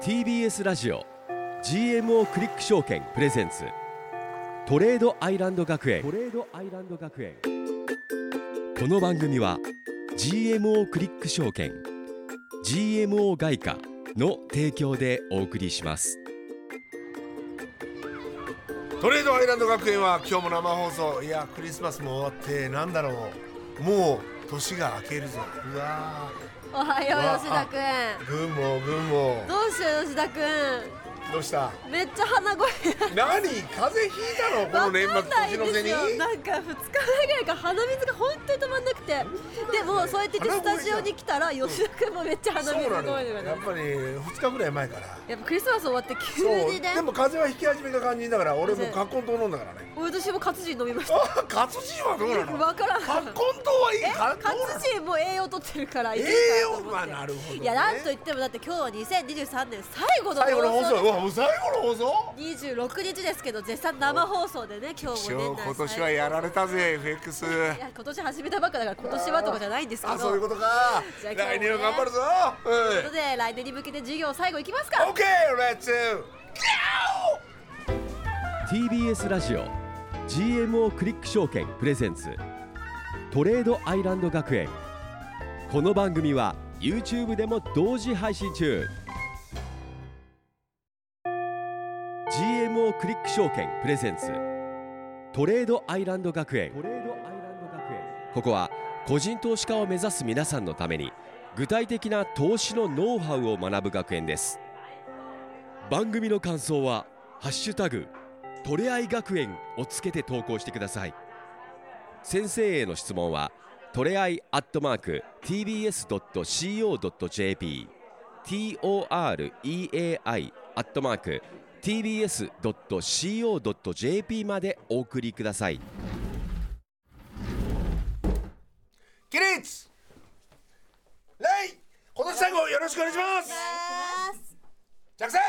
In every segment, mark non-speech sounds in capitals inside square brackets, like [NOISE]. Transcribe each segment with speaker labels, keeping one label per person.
Speaker 1: TBS ラジオ GMO クリック証券プレゼンツトレードアイランド学園トレードアイランド学園この番組は GMO クリック証券 GMO 外貨の提供でお送りします
Speaker 2: トレードアイランド学園は今日も生放送いやクリスマスも終わってなんだろうもう年が明けるぞうわ
Speaker 3: おはよう
Speaker 2: わあ
Speaker 3: 吉田く
Speaker 2: ー
Speaker 3: ん
Speaker 2: 群も群も
Speaker 3: どうしよう吉田くん
Speaker 2: どうした
Speaker 3: めっちゃ鼻声
Speaker 2: 何風邪ひいたのこの年末
Speaker 3: わかんない
Speaker 2: 年の瀬
Speaker 3: です
Speaker 2: に
Speaker 3: よなんか2日前ぐらいから鼻水が本当に止まんなくてでもそうやって言ってスタジオに来たら吉田くんもめっちゃ鼻
Speaker 2: そ
Speaker 3: 水
Speaker 2: うな
Speaker 3: が
Speaker 2: の
Speaker 3: 怖い
Speaker 2: よ
Speaker 3: の
Speaker 2: や
Speaker 3: よ
Speaker 2: っ
Speaker 3: ね
Speaker 2: ぱり2日ぐらい前から
Speaker 3: やっぱクリスマス終わって急
Speaker 2: そう
Speaker 3: にね
Speaker 2: でも風邪は引き始めた感じだから俺もカッコン糖飲んだからね
Speaker 3: 私も活字飲みました
Speaker 2: あ活字はどうな [LAUGHS] の
Speaker 3: わからん
Speaker 2: カッコン糖はいい
Speaker 3: え
Speaker 2: かどう
Speaker 3: 活
Speaker 2: なの
Speaker 3: 字も栄養取ってるからいける
Speaker 2: 栄
Speaker 3: かなと
Speaker 2: 養
Speaker 3: 思っ
Speaker 2: は
Speaker 3: て
Speaker 2: なるほど、ね、
Speaker 3: いやなんといってもだって今日は2023年最後の
Speaker 2: 最後の放
Speaker 3: 放送
Speaker 2: 送うわもう最後の放送
Speaker 3: 26日ですけど絶賛生放送でね今日も年内最後
Speaker 2: 今年はやられたぜ FX
Speaker 3: いや今年始めたばっかだから今年はとかじゃないんですけど
Speaker 2: あそういうこととか
Speaker 3: じゃあ今日もね
Speaker 2: 来年は頑張るぞ
Speaker 3: いうことで来年に向けて授業最後いきますか
Speaker 2: うん OK レッツ
Speaker 1: TBS ラジオ GMO クリック証券プレゼンツトレードアイランド学園この番組は YouTube でも同時配信中 GMO クリック証券プレゼンツトレードアイランド学園ここは個人投資家を目指す皆さんのために具体的な投資のノウハウを学ぶ学園です番組の感想は「ハッシュタグトレアイ学園」をつけて投稿してください先生への質問はトレアイアットマーク TBS.CO.JP TOREAI アットマーク TBS.CO.JP までお送りください
Speaker 2: 起立レイ今年最後よろしくお願いします着席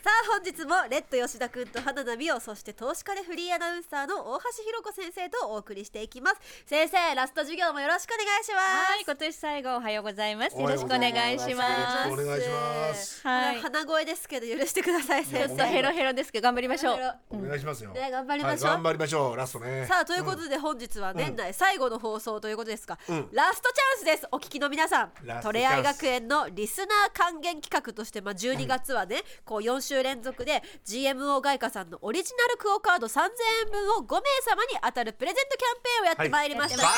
Speaker 3: さあ本日もレッド吉田くんと花田美桜そして投資家でフリーアナウンサーの大橋ひろ子先生とお送りしていきます先生ラスト授業もよろしくお願いします
Speaker 4: はい、今年最後おはようございます。
Speaker 2: お
Speaker 4: よ
Speaker 2: は
Speaker 4: ろ
Speaker 2: よう
Speaker 4: しく
Speaker 2: ご
Speaker 4: お
Speaker 2: ざ
Speaker 4: 願
Speaker 2: います
Speaker 4: いします。
Speaker 2: よろしくお願いします
Speaker 4: はい
Speaker 3: 鼻声ですけど許してください
Speaker 4: ちょ
Speaker 3: 先
Speaker 4: っ
Speaker 3: 生
Speaker 4: とヘロヘロですけど頑張りましょう
Speaker 3: ヘ。ロ
Speaker 2: お願いしますよ、
Speaker 3: ね頑張りましょう
Speaker 2: はい頑張りましょうラストね
Speaker 3: さあということで本日は年内最後の放送ということですが、
Speaker 2: うん
Speaker 3: ラストチャンスですお聞きの皆さん
Speaker 2: ラスト
Speaker 3: ト
Speaker 2: チ
Speaker 3: レ
Speaker 2: ャンス
Speaker 3: アイ学園のリスナー還元企画として、まあ、12月はね、こう4週連続で GMO 外貨さんのオリジナルクオ・カード3000円分を5名様に当たるプレゼントキャンペーンをやってまいりました、
Speaker 2: 爆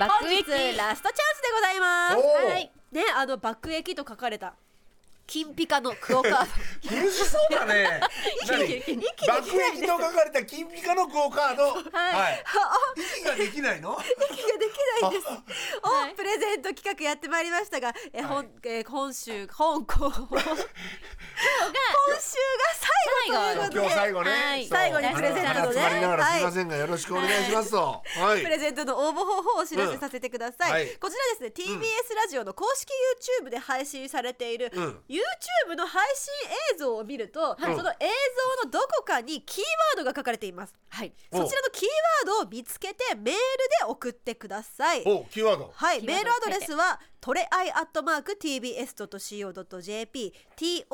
Speaker 4: 爆
Speaker 3: 本
Speaker 4: 撃
Speaker 3: 日。ラストチャンスでございます
Speaker 2: おー
Speaker 3: はいねあの爆撃と書かれた金ピカのクオ・カード
Speaker 2: 撃禁止そうだ
Speaker 3: [LAUGHS]
Speaker 2: ね何
Speaker 3: 息できない
Speaker 2: 爆撃と書かれた金ピカのクオカードはい、息ができない
Speaker 3: [LAUGHS]
Speaker 2: の
Speaker 3: 息ができないです。をプレゼント企画やってまいりましたが、え
Speaker 2: は
Speaker 3: 本
Speaker 2: い
Speaker 3: えー今週
Speaker 2: [LAUGHS]
Speaker 3: 本校今週が
Speaker 2: 今
Speaker 3: 最後ということで
Speaker 2: 日最後ね、
Speaker 4: はい
Speaker 2: そう
Speaker 3: 最後にプレゼントの
Speaker 2: 鼻
Speaker 3: ね
Speaker 2: 詰まりながら
Speaker 3: はい
Speaker 2: すいませんが、よろしくお願いしますと。はい。
Speaker 3: プレゼントの応募方法をお知らせさせてくださ
Speaker 2: う
Speaker 3: い、
Speaker 2: んはい
Speaker 3: こちらですね TBS ラジオの公式 YouTube で配信されている、
Speaker 2: うん
Speaker 3: YouTube の配信映像を見ると、その映像のどこかにキーワードが書かれています
Speaker 5: [LAUGHS]
Speaker 4: はい。
Speaker 3: そちらのキーワードを見つけてメールで送ってください
Speaker 2: お、キーワード。
Speaker 3: はい、
Speaker 4: キー
Speaker 3: メ
Speaker 4: ワー
Speaker 3: ー
Speaker 4: ド
Speaker 3: ル
Speaker 4: を
Speaker 3: ア
Speaker 4: つけて
Speaker 3: ドレスはトレアイアットマーク tbs.co.jp toreai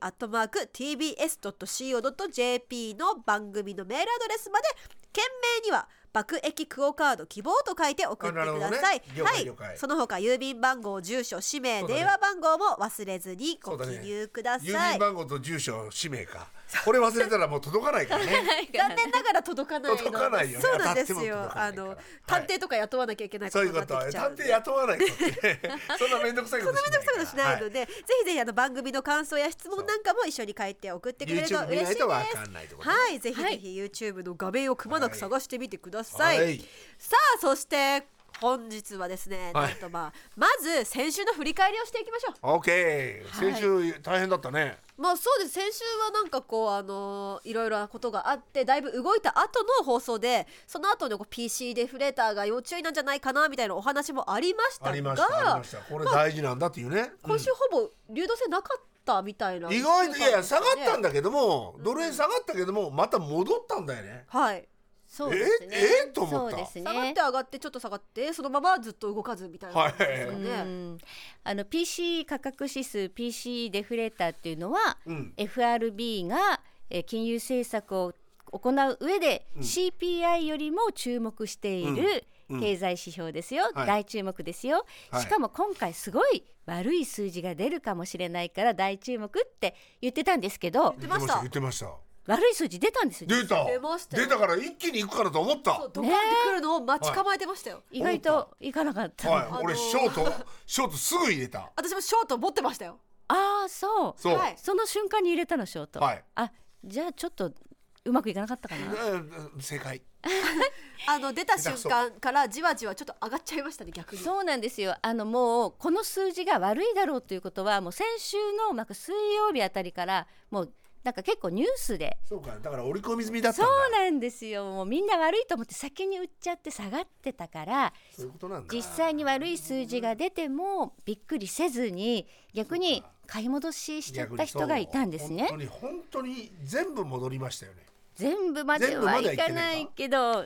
Speaker 3: アットマーク tbs.co.jp の番組のメールアドレスまで件名には爆撃クオカード希望と書いて送ってく
Speaker 2: あな
Speaker 3: だ
Speaker 2: るほどね
Speaker 3: さい、
Speaker 2: 了解了
Speaker 3: は
Speaker 2: 解
Speaker 3: い、その他郵便番号住所氏名、
Speaker 2: そうだね
Speaker 3: 電話番号も忘れずに
Speaker 2: そ
Speaker 3: ご
Speaker 2: うだね
Speaker 3: 記入くだ
Speaker 2: 郵
Speaker 3: さ
Speaker 2: 便
Speaker 3: い、
Speaker 2: 番号と住所、氏名か。これ忘れたらもう届かないから
Speaker 3: [LAUGHS]
Speaker 2: ね。
Speaker 3: 残念ながら届かないの
Speaker 2: 届かないよね
Speaker 3: そうなんです
Speaker 2: 当たっても
Speaker 3: よ
Speaker 2: 届かな
Speaker 3: あ
Speaker 2: いから
Speaker 3: の、
Speaker 2: はい
Speaker 3: 探偵とか雇わなきゃいけない
Speaker 2: そ
Speaker 3: こと
Speaker 2: ういう
Speaker 3: にな
Speaker 2: こ
Speaker 3: って
Speaker 2: とは、
Speaker 3: きちゃう
Speaker 2: 探
Speaker 3: んで
Speaker 2: 偵雇わないことね。 [LAUGHS] そんな面倒くさいことしない
Speaker 3: そんなことしないの
Speaker 2: で。
Speaker 3: で、ぜひぜひあの番組の感想や質問なんかも一緒に書いて送ってくれると
Speaker 2: YouTube 見
Speaker 3: 嬉
Speaker 2: ない
Speaker 3: しいです。
Speaker 2: とわ
Speaker 3: は
Speaker 2: かんないってことね。
Speaker 3: い、ぜひぜひ YouTube の画面をくまなく探してみてください。
Speaker 2: はい
Speaker 3: さあ、そして本日はですね、
Speaker 2: はい
Speaker 3: なんとまあまず先週の振り返りをしていきましょう。
Speaker 2: オッケー。先週大変だったね。
Speaker 3: まあそうです。先週はなんかこうあのいろいろなことがあって、だいぶ動いた後の放送で、その後のこう PC デフレーターが要注意なんじゃないかなみたいなお話もありましたが、
Speaker 2: ありました。ありました。これ大事なんだっていうね。
Speaker 3: 今週ほぼ流動性なかったみたいな、
Speaker 2: 意外といやいや下がったん
Speaker 3: だ
Speaker 2: だけども、ドル円下がったけどもまた戻ったんだよね。
Speaker 3: はい
Speaker 5: そうですね。
Speaker 2: ええと思った
Speaker 5: そうです
Speaker 3: 下がっ
Speaker 5: ね
Speaker 3: て。上がってちょっと下がってそのままずっと動かずみたいな
Speaker 2: はい
Speaker 3: 感じですかね、
Speaker 5: うんあの PC 価格指数 PC デフレーターっていうのは、
Speaker 2: うん
Speaker 5: FRB がえー金融政策を行う上で、CPI よりも注目している
Speaker 2: うんうん
Speaker 5: 経済指標ですよ、
Speaker 2: はい
Speaker 5: 大注目ですよ、
Speaker 2: はい
Speaker 5: しかも今回すごい悪い数字が出るかもしれないから大注目って言ってたんですけど
Speaker 3: 出ました
Speaker 2: 言ってました
Speaker 5: 悪い数字出たんですよ
Speaker 2: 言ってました
Speaker 3: 出
Speaker 2: 出た出
Speaker 3: ましたよ
Speaker 2: たから一気に行くからと思った
Speaker 3: そうドカンってくるのを待ち構えてましたよ、
Speaker 5: 意外といかなかった、
Speaker 2: は
Speaker 3: のー
Speaker 2: い、俺ショートショートすぐ入れた
Speaker 3: 私もショート持ってましたよ
Speaker 5: ああそう
Speaker 2: そう、
Speaker 3: はい
Speaker 5: その瞬間に入れたのショート、
Speaker 2: はい
Speaker 5: あじゃあちょっとうまくいかなかったかな
Speaker 2: うん正解
Speaker 3: あの出た瞬間からじわじわちょっと上がっちゃいましたね逆に
Speaker 5: そうなんですよあのもうこの数字が悪いだろうということはもう先週のなんか水曜日あたりからもうなんか結構ニュースで
Speaker 2: そうかだから織り込み済みだったん
Speaker 5: そ
Speaker 2: だ
Speaker 5: うなんですよもうみんな悪いと思って先に売っちゃって下がってたから
Speaker 2: そういうことなんだ
Speaker 5: 実際に悪い数字が出てもびっくりせずに逆に買い戻ししちゃった人がいたんですね
Speaker 2: 本当に本当に全部戻りましたよね
Speaker 5: 全部まで
Speaker 2: 全部ま
Speaker 5: は
Speaker 2: だい
Speaker 5: い
Speaker 2: ってな
Speaker 5: か
Speaker 2: いか
Speaker 5: ないけどま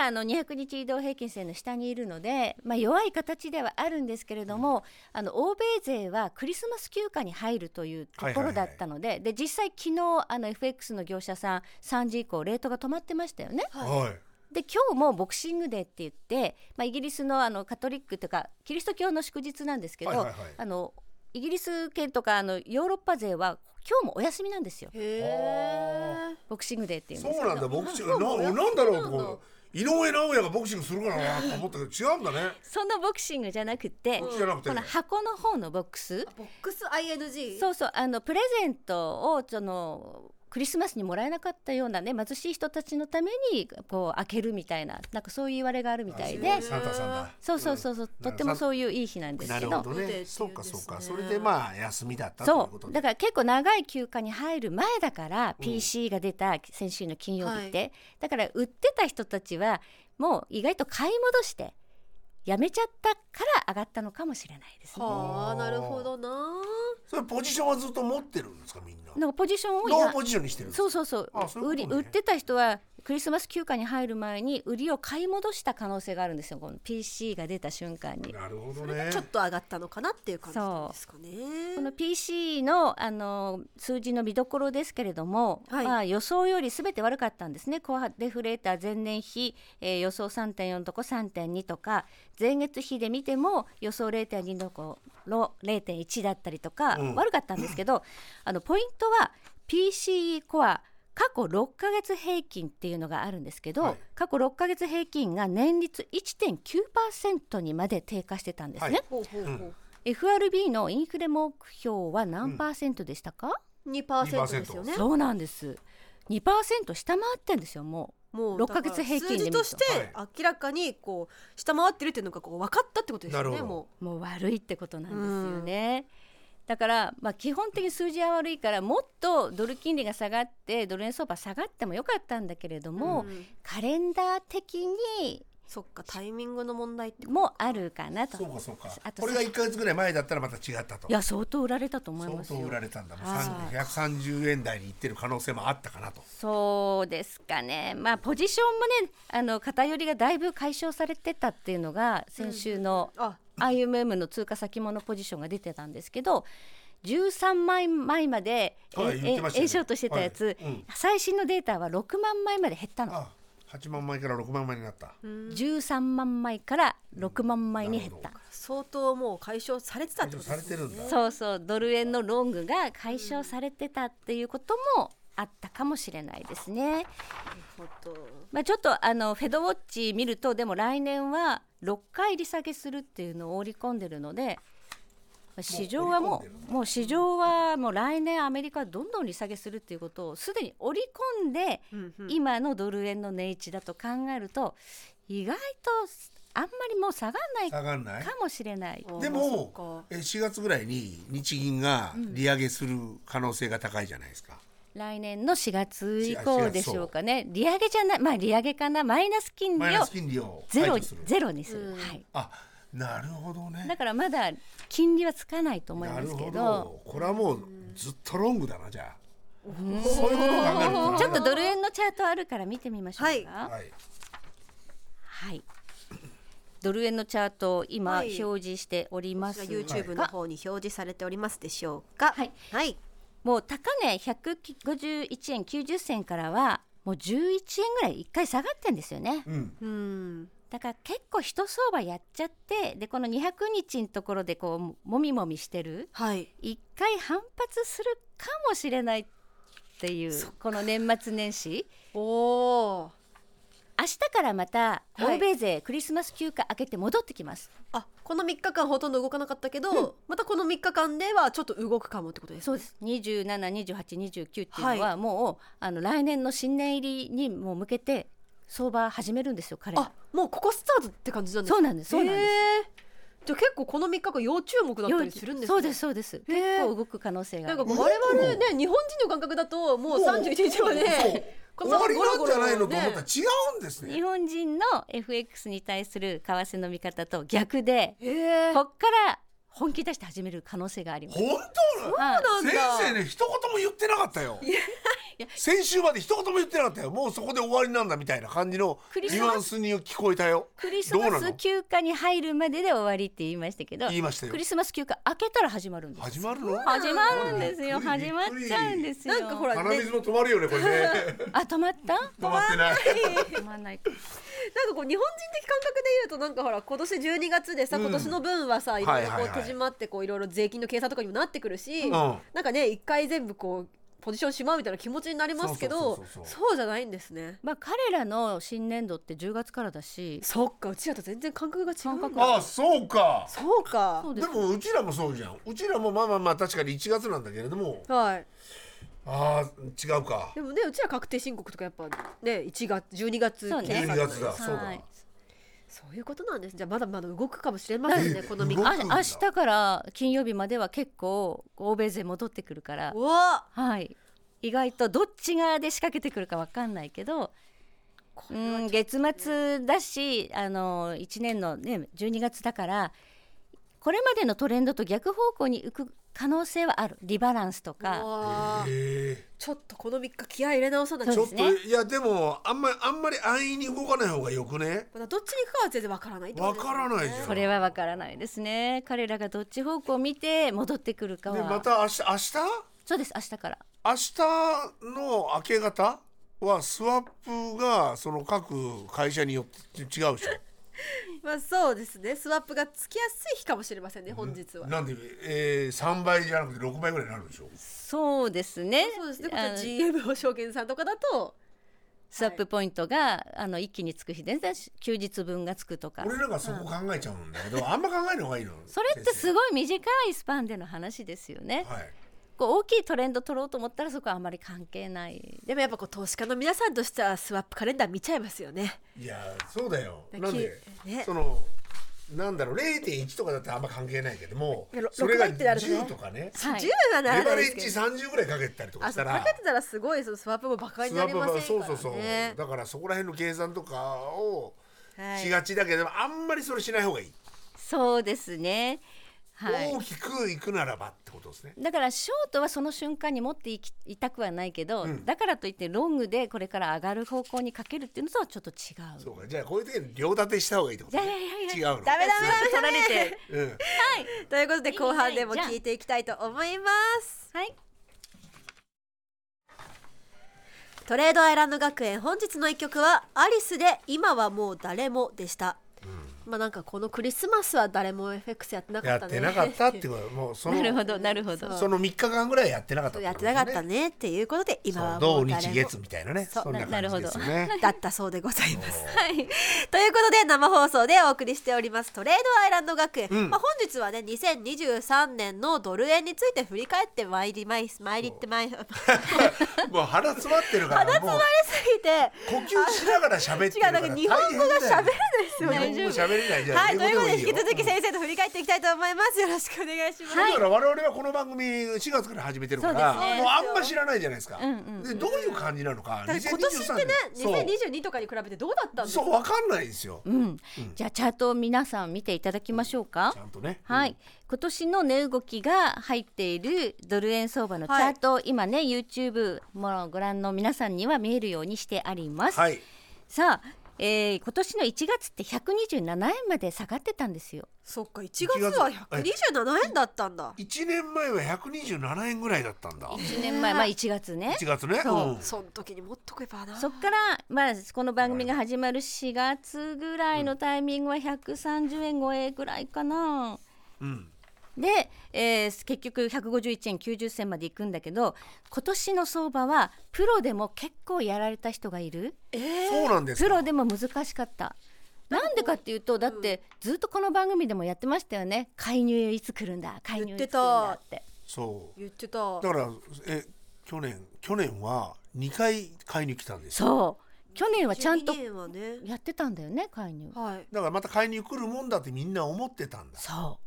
Speaker 5: だあの200日移動平均線の下にいるので、まあ、弱い形ではあるんですけれども、あの欧米勢はクリスマス休暇に入るというところだったので,、で実際昨日あの FX の業者さん3時以降レートが止まってましたよね。
Speaker 2: はい
Speaker 5: で今日もボクシングデーって言って、まあ、イギリスのあのカトリックとかキリスト教の祝日なんですけど、
Speaker 2: はいはいはい
Speaker 5: あのイギリス圏とかあのヨーロッパ勢は今日もお休みなんですよ
Speaker 3: へえ
Speaker 5: ボクシングデーっていうんですけど
Speaker 2: そうなんだボクシングななんだろうと思う井上尚弥がボクシングするからなと思ったけど違うんだね
Speaker 5: そのボクシングじゃなくて、
Speaker 2: ボクシングじゃなくて
Speaker 5: この箱の方のボックス、
Speaker 3: ボックス ING
Speaker 5: そうそうあのプレゼントをそのクリスマスにもらえなかったようなね貧しい人たちのためにこう開けるみたいななんかそういう言われがあるみたいで、
Speaker 2: サンタさんだ
Speaker 5: そうそうそうそう、とってもそういういい日なんです
Speaker 2: な
Speaker 5: け
Speaker 2: る
Speaker 5: ど。
Speaker 2: ほど
Speaker 3: そうで
Speaker 2: ね
Speaker 3: す
Speaker 2: そ
Speaker 3: よ
Speaker 2: う
Speaker 3: ね
Speaker 2: かそうかそれでまあ休みだったという
Speaker 5: そ
Speaker 2: こと
Speaker 5: う
Speaker 2: で
Speaker 5: だから結構長い休暇に入る前だから PC が出た先週の金曜日って、だから売ってた人たちはもう意外と買い戻してやめちゃったから上がったのかもしれないですね。
Speaker 3: はあなるほどな
Speaker 2: それポジションはずっと持ってるんですかみんな
Speaker 5: なんかポジションを
Speaker 2: ノ
Speaker 5: や
Speaker 2: ーポジションにしてるんです
Speaker 5: そ
Speaker 2: か
Speaker 5: うそうそう
Speaker 2: あそういうこと
Speaker 5: 売り
Speaker 2: ね
Speaker 5: 売ってた人はクリスマス休暇に入る前に売りを買い戻した可能性があるんですよこの PC が出た瞬間に。
Speaker 2: なるほどね
Speaker 3: ちょっと上がったのかなっていう感じなんですかね
Speaker 5: この PC のあの数字の見どころですけれども、まあ、予想よりすべて悪かったんですね、コアデフレーター前年比、えー予想3.4とこ3.2とか、前月比で見ても予想0.2ところ0.1だったりとか、
Speaker 2: うん
Speaker 5: 悪かったんですけど、あのポイントは PC コア過去6ヶ月平均っていうのがあるんですけど、
Speaker 2: はい
Speaker 5: 過去6ヶ月平均が年率1.9%にまで低下してたんです
Speaker 2: は
Speaker 5: ね。
Speaker 2: い
Speaker 3: ほうほうほ
Speaker 5: FRB のインフレ目標は何パーセントでしたか、
Speaker 3: う2%ですよね
Speaker 5: そうなんです2%下回ってんですよも
Speaker 3: もう
Speaker 5: 6ヶ月平均で
Speaker 3: 数字
Speaker 5: 見ると
Speaker 3: として明らかにこう下回ってるっていうのがこう分かったってことですよ
Speaker 2: な
Speaker 3: ね
Speaker 2: るほど
Speaker 3: も
Speaker 5: うもう悪いってことなんですよね、だから、まあ、基本的に数字は悪いからもっとドル金利が下がってドル円相場下がってもよかったんだけれど
Speaker 3: う
Speaker 5: も、
Speaker 3: ん
Speaker 5: カレンダー的に
Speaker 3: そっかタイミングの問題って
Speaker 5: もあるかなと
Speaker 2: そうかそうか
Speaker 5: あと
Speaker 2: これが一ヶ月ぐらい前だったらまた違ったと
Speaker 5: いや相当売られたと思い
Speaker 2: 相
Speaker 5: ます
Speaker 2: 当
Speaker 5: よ
Speaker 2: 売られたんだもん
Speaker 5: はい
Speaker 2: 130円台に行ってる可能性もあったかなと
Speaker 5: そうですかね、まあ、ポジションもねあの偏りがだいぶ解消されてたっていうのが先週の
Speaker 3: あ
Speaker 5: IMM の通貨先物ポジションが出てたんですけど13万枚までえ
Speaker 2: はい言ってましたよね
Speaker 5: 円ショートしてたやつ、
Speaker 2: はいうん
Speaker 5: 最新のデータは6万枚まで減ったの
Speaker 2: あ8万枚から6万枚になった
Speaker 5: 13万枚から6万枚に減った。
Speaker 3: 相当もう解消されてたってこと
Speaker 2: さ
Speaker 3: で
Speaker 2: れ
Speaker 3: す
Speaker 2: て
Speaker 3: よ
Speaker 2: るんだ
Speaker 5: そうそうドル円のロングが解消されてたっていうこともあったかもしれないですね。
Speaker 3: なるほど
Speaker 5: まあ、ちょっとあのフェドウォッチ見るとでも来年は6回利下げするっていうのを織り込んでるのでまあ市場はも
Speaker 2: 織り込んで
Speaker 5: うもう市場はもう来年アメリカはどんどん利下げするっていうことをすでに織り込んで
Speaker 3: うんうん
Speaker 5: 今のドル円の値位置だと考えると意外とあんまりもう下がらないか
Speaker 2: 下がんない
Speaker 5: もしれない。
Speaker 2: でもえ4月ぐらいに日銀が利上げする可能性が高いじゃないですか、
Speaker 5: 来年の4月以降でしょうかね利上げじゃないまあ利上げかなマイナス金利
Speaker 2: マイナ
Speaker 5: を
Speaker 2: ス金利を
Speaker 5: ゼロ
Speaker 2: する
Speaker 5: ゼロにする、はい、
Speaker 2: あなるほど
Speaker 5: だ
Speaker 2: ね
Speaker 5: からまだ金利はつかないと思い
Speaker 2: な
Speaker 5: ま
Speaker 2: る
Speaker 5: す
Speaker 2: ほ
Speaker 5: けど
Speaker 2: どこれはもうずっとロングだなじゃあそういうことを考えるとな
Speaker 5: ちょっとドル円のチャートあるから見てみましょうか。
Speaker 3: は
Speaker 2: はい
Speaker 5: はい。ドル円のチャートを今
Speaker 3: はい
Speaker 5: 表示しておりますが、
Speaker 3: YouTube の方に表示されておりますでしょうか。
Speaker 5: はい、
Speaker 3: はい、
Speaker 5: もう高値151円90銭からはもう11円ぐらい一回下がってんですよね。
Speaker 2: うん
Speaker 3: うん、
Speaker 5: だから結構人相場やっちゃってでこの200日のところでこうもみもみしてる
Speaker 3: はい、
Speaker 5: 一回反発するかもしれないっていうこの年末年始
Speaker 3: おお、
Speaker 5: 明日からまた
Speaker 3: はい
Speaker 5: 欧米勢、クリスマス休暇明けて戻ってきます
Speaker 3: あ、この3日間ほとんど動かなかったけど、またこの3日間ではちょっと動くかもってことですね。
Speaker 5: そうです272829っていうのはもう、あの来年の新年入りにも向けて相場始めるんですよ彼ら
Speaker 3: あ、もうここスタートって感じなんです
Speaker 5: そ
Speaker 3: か
Speaker 5: うなんですそうなんです
Speaker 3: へーじゃあ結構この3日間要注目だったりするんですね
Speaker 5: そうですそうです結
Speaker 3: へー
Speaker 5: 構動く可能性があ
Speaker 3: なんか
Speaker 5: る
Speaker 3: こう我々ね日本人の感覚だともう31日までこ
Speaker 2: 終
Speaker 3: のま
Speaker 2: わ
Speaker 3: ま
Speaker 2: りな
Speaker 3: ゴロ
Speaker 2: ん
Speaker 3: ゴ
Speaker 2: じ
Speaker 3: ロ
Speaker 2: ゃないのと思ったら違
Speaker 3: ね
Speaker 2: うんですね
Speaker 5: 日本人の FX に対する為替の見方と逆で
Speaker 3: へえ
Speaker 5: こっから本気出して始める可能性があります。
Speaker 2: 本当なの
Speaker 5: はい
Speaker 3: なん
Speaker 2: 先
Speaker 3: だ
Speaker 2: 生ね一言も言ってなかったよ先週まで一言も言ってなかったよもうそこで終わりなんだみたいな感じの
Speaker 5: クリ
Speaker 2: ニ
Speaker 5: ス
Speaker 2: ュ
Speaker 5: マス
Speaker 2: アンスに聞こえたよ
Speaker 5: クリス
Speaker 2: どうな
Speaker 5: マス
Speaker 2: の
Speaker 5: 休暇に入るまでで終わりって言いましたけど
Speaker 2: 言いましたよ
Speaker 5: クリスマス休暇明けたら始まるんです
Speaker 2: 始まるの
Speaker 5: 始まるんですよ
Speaker 2: びっくり
Speaker 5: 始まっちゃうんですよ
Speaker 3: なんかほらね
Speaker 2: 鼻水も止まるよねこれね
Speaker 5: あ [LAUGHS] 止まった
Speaker 2: 止まってない
Speaker 5: 止まんないか
Speaker 3: なんかこう日本人的感覚で言うとなんかほら今年12月でさ、
Speaker 2: うん
Speaker 3: 今年の分はさいろ
Speaker 2: はいい
Speaker 3: ろ
Speaker 2: はい
Speaker 3: こ
Speaker 2: は
Speaker 3: う
Speaker 2: い
Speaker 3: 手締まってこういろいろ税金の計算とかにもなってくるし、
Speaker 5: [LAUGHS]
Speaker 2: ん
Speaker 3: なんかね一回全部こうポジションしまうみたいな気持ちになりますけど
Speaker 2: そうそうそうそう
Speaker 3: そうじゃないんですね
Speaker 5: まあ彼らの新年度って10月からだし
Speaker 3: そっかうちらと全然感覚が違うんだ
Speaker 5: 感
Speaker 2: ああそうか
Speaker 3: そうか
Speaker 5: そうで
Speaker 2: ですもうちらもそうじゃんうちらもまあまあまあ確かに1月なんだけれども
Speaker 3: はい
Speaker 2: ああ違うか
Speaker 3: でもねうちら確定申告とかやっぱね1月12月
Speaker 5: そうね
Speaker 3: 計算
Speaker 2: 12月だそうだ
Speaker 5: はい
Speaker 3: そういうことなんですねじゃあまだまだ動くかもしれませんねこの3
Speaker 2: 動
Speaker 3: 日
Speaker 5: あ
Speaker 2: くんだ
Speaker 5: 明日から金曜日までは結構欧米勢戻ってくるから
Speaker 3: うわ
Speaker 5: はい意外とどっち側で仕掛けてくるかわかんないけどうん月末だしあの1年の、ね、12月だからこれまでのトレンドと逆方向に行く可能性はあるリバランスとか
Speaker 3: あー
Speaker 2: え
Speaker 3: ちょっとこの3日気合い入れ直さなきゃ
Speaker 5: ー
Speaker 2: ち
Speaker 5: そ
Speaker 2: ょ
Speaker 5: う
Speaker 2: っ
Speaker 5: で
Speaker 2: と、
Speaker 5: すね
Speaker 2: いやでもあんまりあんまり安易に動かない方がよくね
Speaker 3: まだどっちに行くかは全然わからないってこと
Speaker 2: わ
Speaker 3: です
Speaker 2: か
Speaker 3: ね
Speaker 2: らないじゃん
Speaker 5: それはわからないですね彼らがどっち方向を見て戻ってくるか
Speaker 2: で
Speaker 5: は、
Speaker 2: また明日明日
Speaker 5: そうです明日から
Speaker 2: 明日の明け方はスワップがその各会社によって違うでしょ
Speaker 3: まあそうですねスワップがつきやすい日かもしれませんね本日 [LAUGHS] は。
Speaker 2: なんで、えー、3倍じゃなくて6倍ぐらいになるでしょ
Speaker 5: そうですね
Speaker 3: そうですね、こち
Speaker 5: あ
Speaker 3: ら
Speaker 5: の
Speaker 3: GM 保証券さんとかだと
Speaker 5: スワップポイントが、あの一気につく日全然休日分がつくとか
Speaker 2: 俺なんかそこ考えちゃうんだけど、あんま考えない方がいいの
Speaker 5: それってす
Speaker 2: ごい、
Speaker 5: ごい短いスパンでの話ですよね。
Speaker 2: はい、
Speaker 5: こう大きいトレンド取ろうと思ったらそこはあまり関係ない。
Speaker 3: でもやっぱこう投資家の皆さんとしてはスワップカレンダー見ちゃいますよね。
Speaker 2: いやそうだよ
Speaker 3: だ
Speaker 2: なんで、
Speaker 3: きね
Speaker 2: そのなんだろう0.1とかだってあんま関係ないけども
Speaker 3: いやろ
Speaker 2: それが
Speaker 3: 6倍ってなるとね
Speaker 2: 10とかね
Speaker 3: 10
Speaker 5: はい。
Speaker 3: は
Speaker 2: レ
Speaker 3: ならな
Speaker 2: バ
Speaker 3: いで
Speaker 2: レッ
Speaker 3: すけ
Speaker 2: ジ
Speaker 3: ど
Speaker 2: 30ぐらいかけたりとか
Speaker 3: あ
Speaker 2: し
Speaker 3: そ
Speaker 2: た
Speaker 3: う
Speaker 2: ら
Speaker 3: かけてたらすごいそのスワップもバカになりませんからね。
Speaker 2: そうそうそうだからそこら辺の計算とかを
Speaker 3: はい
Speaker 2: しがちだけど、あんまりそれしない方がいい、
Speaker 5: そうですね。はい
Speaker 2: 大。きくいくならばってことですね
Speaker 5: だからショートはその瞬間に持っていきいたくはないけど、
Speaker 2: ん
Speaker 5: だからといってロングでこれから上がる方向にかけるっていうのとはちょっと違う。
Speaker 2: そうかじゃあこういう時に両立てした方がいいってことね
Speaker 5: いやいやいやい
Speaker 2: 違うの
Speaker 3: ダメダメ
Speaker 5: 取られて。
Speaker 2: うん
Speaker 3: ということで
Speaker 5: 意味ない
Speaker 3: 後半でも聞いていきたいと思います
Speaker 5: [LAUGHS] はい。
Speaker 3: トレードアイランド学園本日の一曲はアリスで今はもう誰もでした、まあなんかこのクリスマスは誰も FX やってなか
Speaker 2: や
Speaker 3: っ
Speaker 2: った
Speaker 3: ね
Speaker 2: てなかったってこともうそ
Speaker 5: なる
Speaker 2: の
Speaker 5: ほどなるほど。
Speaker 2: その3日間ぐらいやってなかった
Speaker 3: やってなかった
Speaker 2: ね
Speaker 3: ねっていうことで今は
Speaker 2: 土
Speaker 3: もう誰
Speaker 2: 日
Speaker 3: も
Speaker 2: 月みたいなね
Speaker 3: そう
Speaker 2: そんな感じですよね
Speaker 3: だったそうでございます。 [LAUGHS] はい、ということで生放送でお送りしております「トレードアイランド学園」
Speaker 2: うん
Speaker 3: まあ、本日はね2023年のドル円について振り返ってまいりまいまいり [LAUGHS] ってまい
Speaker 2: もう鼻詰まってる
Speaker 3: [LAUGHS]
Speaker 2: からもう
Speaker 3: すぎて
Speaker 2: 呼吸しながら喋ってるから
Speaker 3: [LAUGHS] 違うなんか日本語が喋れないですよね
Speaker 2: 大丈夫日本語喋れ喋れないじゃん。
Speaker 3: はい、と
Speaker 2: 英
Speaker 3: いう
Speaker 2: 語も
Speaker 3: ことで
Speaker 2: いい
Speaker 3: 引
Speaker 2: よ
Speaker 3: き続き先生と振り返っていきたいと思います。よろしくお願いします。
Speaker 2: だから我々はこの番組4月から始めてるから、
Speaker 5: そうです
Speaker 3: ね
Speaker 2: もうあんま知らないじゃないですか。
Speaker 5: うんうん
Speaker 2: でどういう感じなのか。
Speaker 3: だから今年ってね、2022とかに比べてどうだったんです
Speaker 2: そうそう
Speaker 3: か。
Speaker 2: わかんないんですよ。
Speaker 5: うん、じゃあチャートを皆さん見ていただきましょうか
Speaker 2: ち。ゃんとね。
Speaker 5: はい、今年の値動きが入っているドル円相場のチャート、今ね YouTube もご覧の皆さんには見えるようにしてあります、
Speaker 2: はい。
Speaker 5: さあ、えー今年の1月って127円まで下がってたんですよ
Speaker 3: そっか、1月は127円だったんだ。
Speaker 2: 1年前は127円ぐらいだったんだ。
Speaker 5: 1年前、まあ1月ね
Speaker 2: 1月ね。
Speaker 5: そうん
Speaker 3: その時に持っとけばな。
Speaker 5: そっから、まあ、この番組が始まる4月ぐらいのタイミングは130円超えぐらいかな。
Speaker 2: うん。
Speaker 5: で、えー結局151円90銭まで行くんだけど今年の相場はプロでも結構やられた人がいる
Speaker 2: そうなんです
Speaker 5: プ
Speaker 2: か。
Speaker 5: ロでも難しかった。なんでかっていうとだってずっとこの番組でもやってましたよね介入いつ来るんだ介入いつ来るんだって
Speaker 2: そう。
Speaker 3: 言って
Speaker 2: だ
Speaker 3: た。
Speaker 2: からえ去年去年は2回買いに来たんですよ。
Speaker 5: そう去年はちゃんと
Speaker 3: 12年はね。
Speaker 5: やってたんだよね介入
Speaker 3: はい。
Speaker 2: だからまた買いに来るもんだってみんな思ってたんだ。
Speaker 5: そ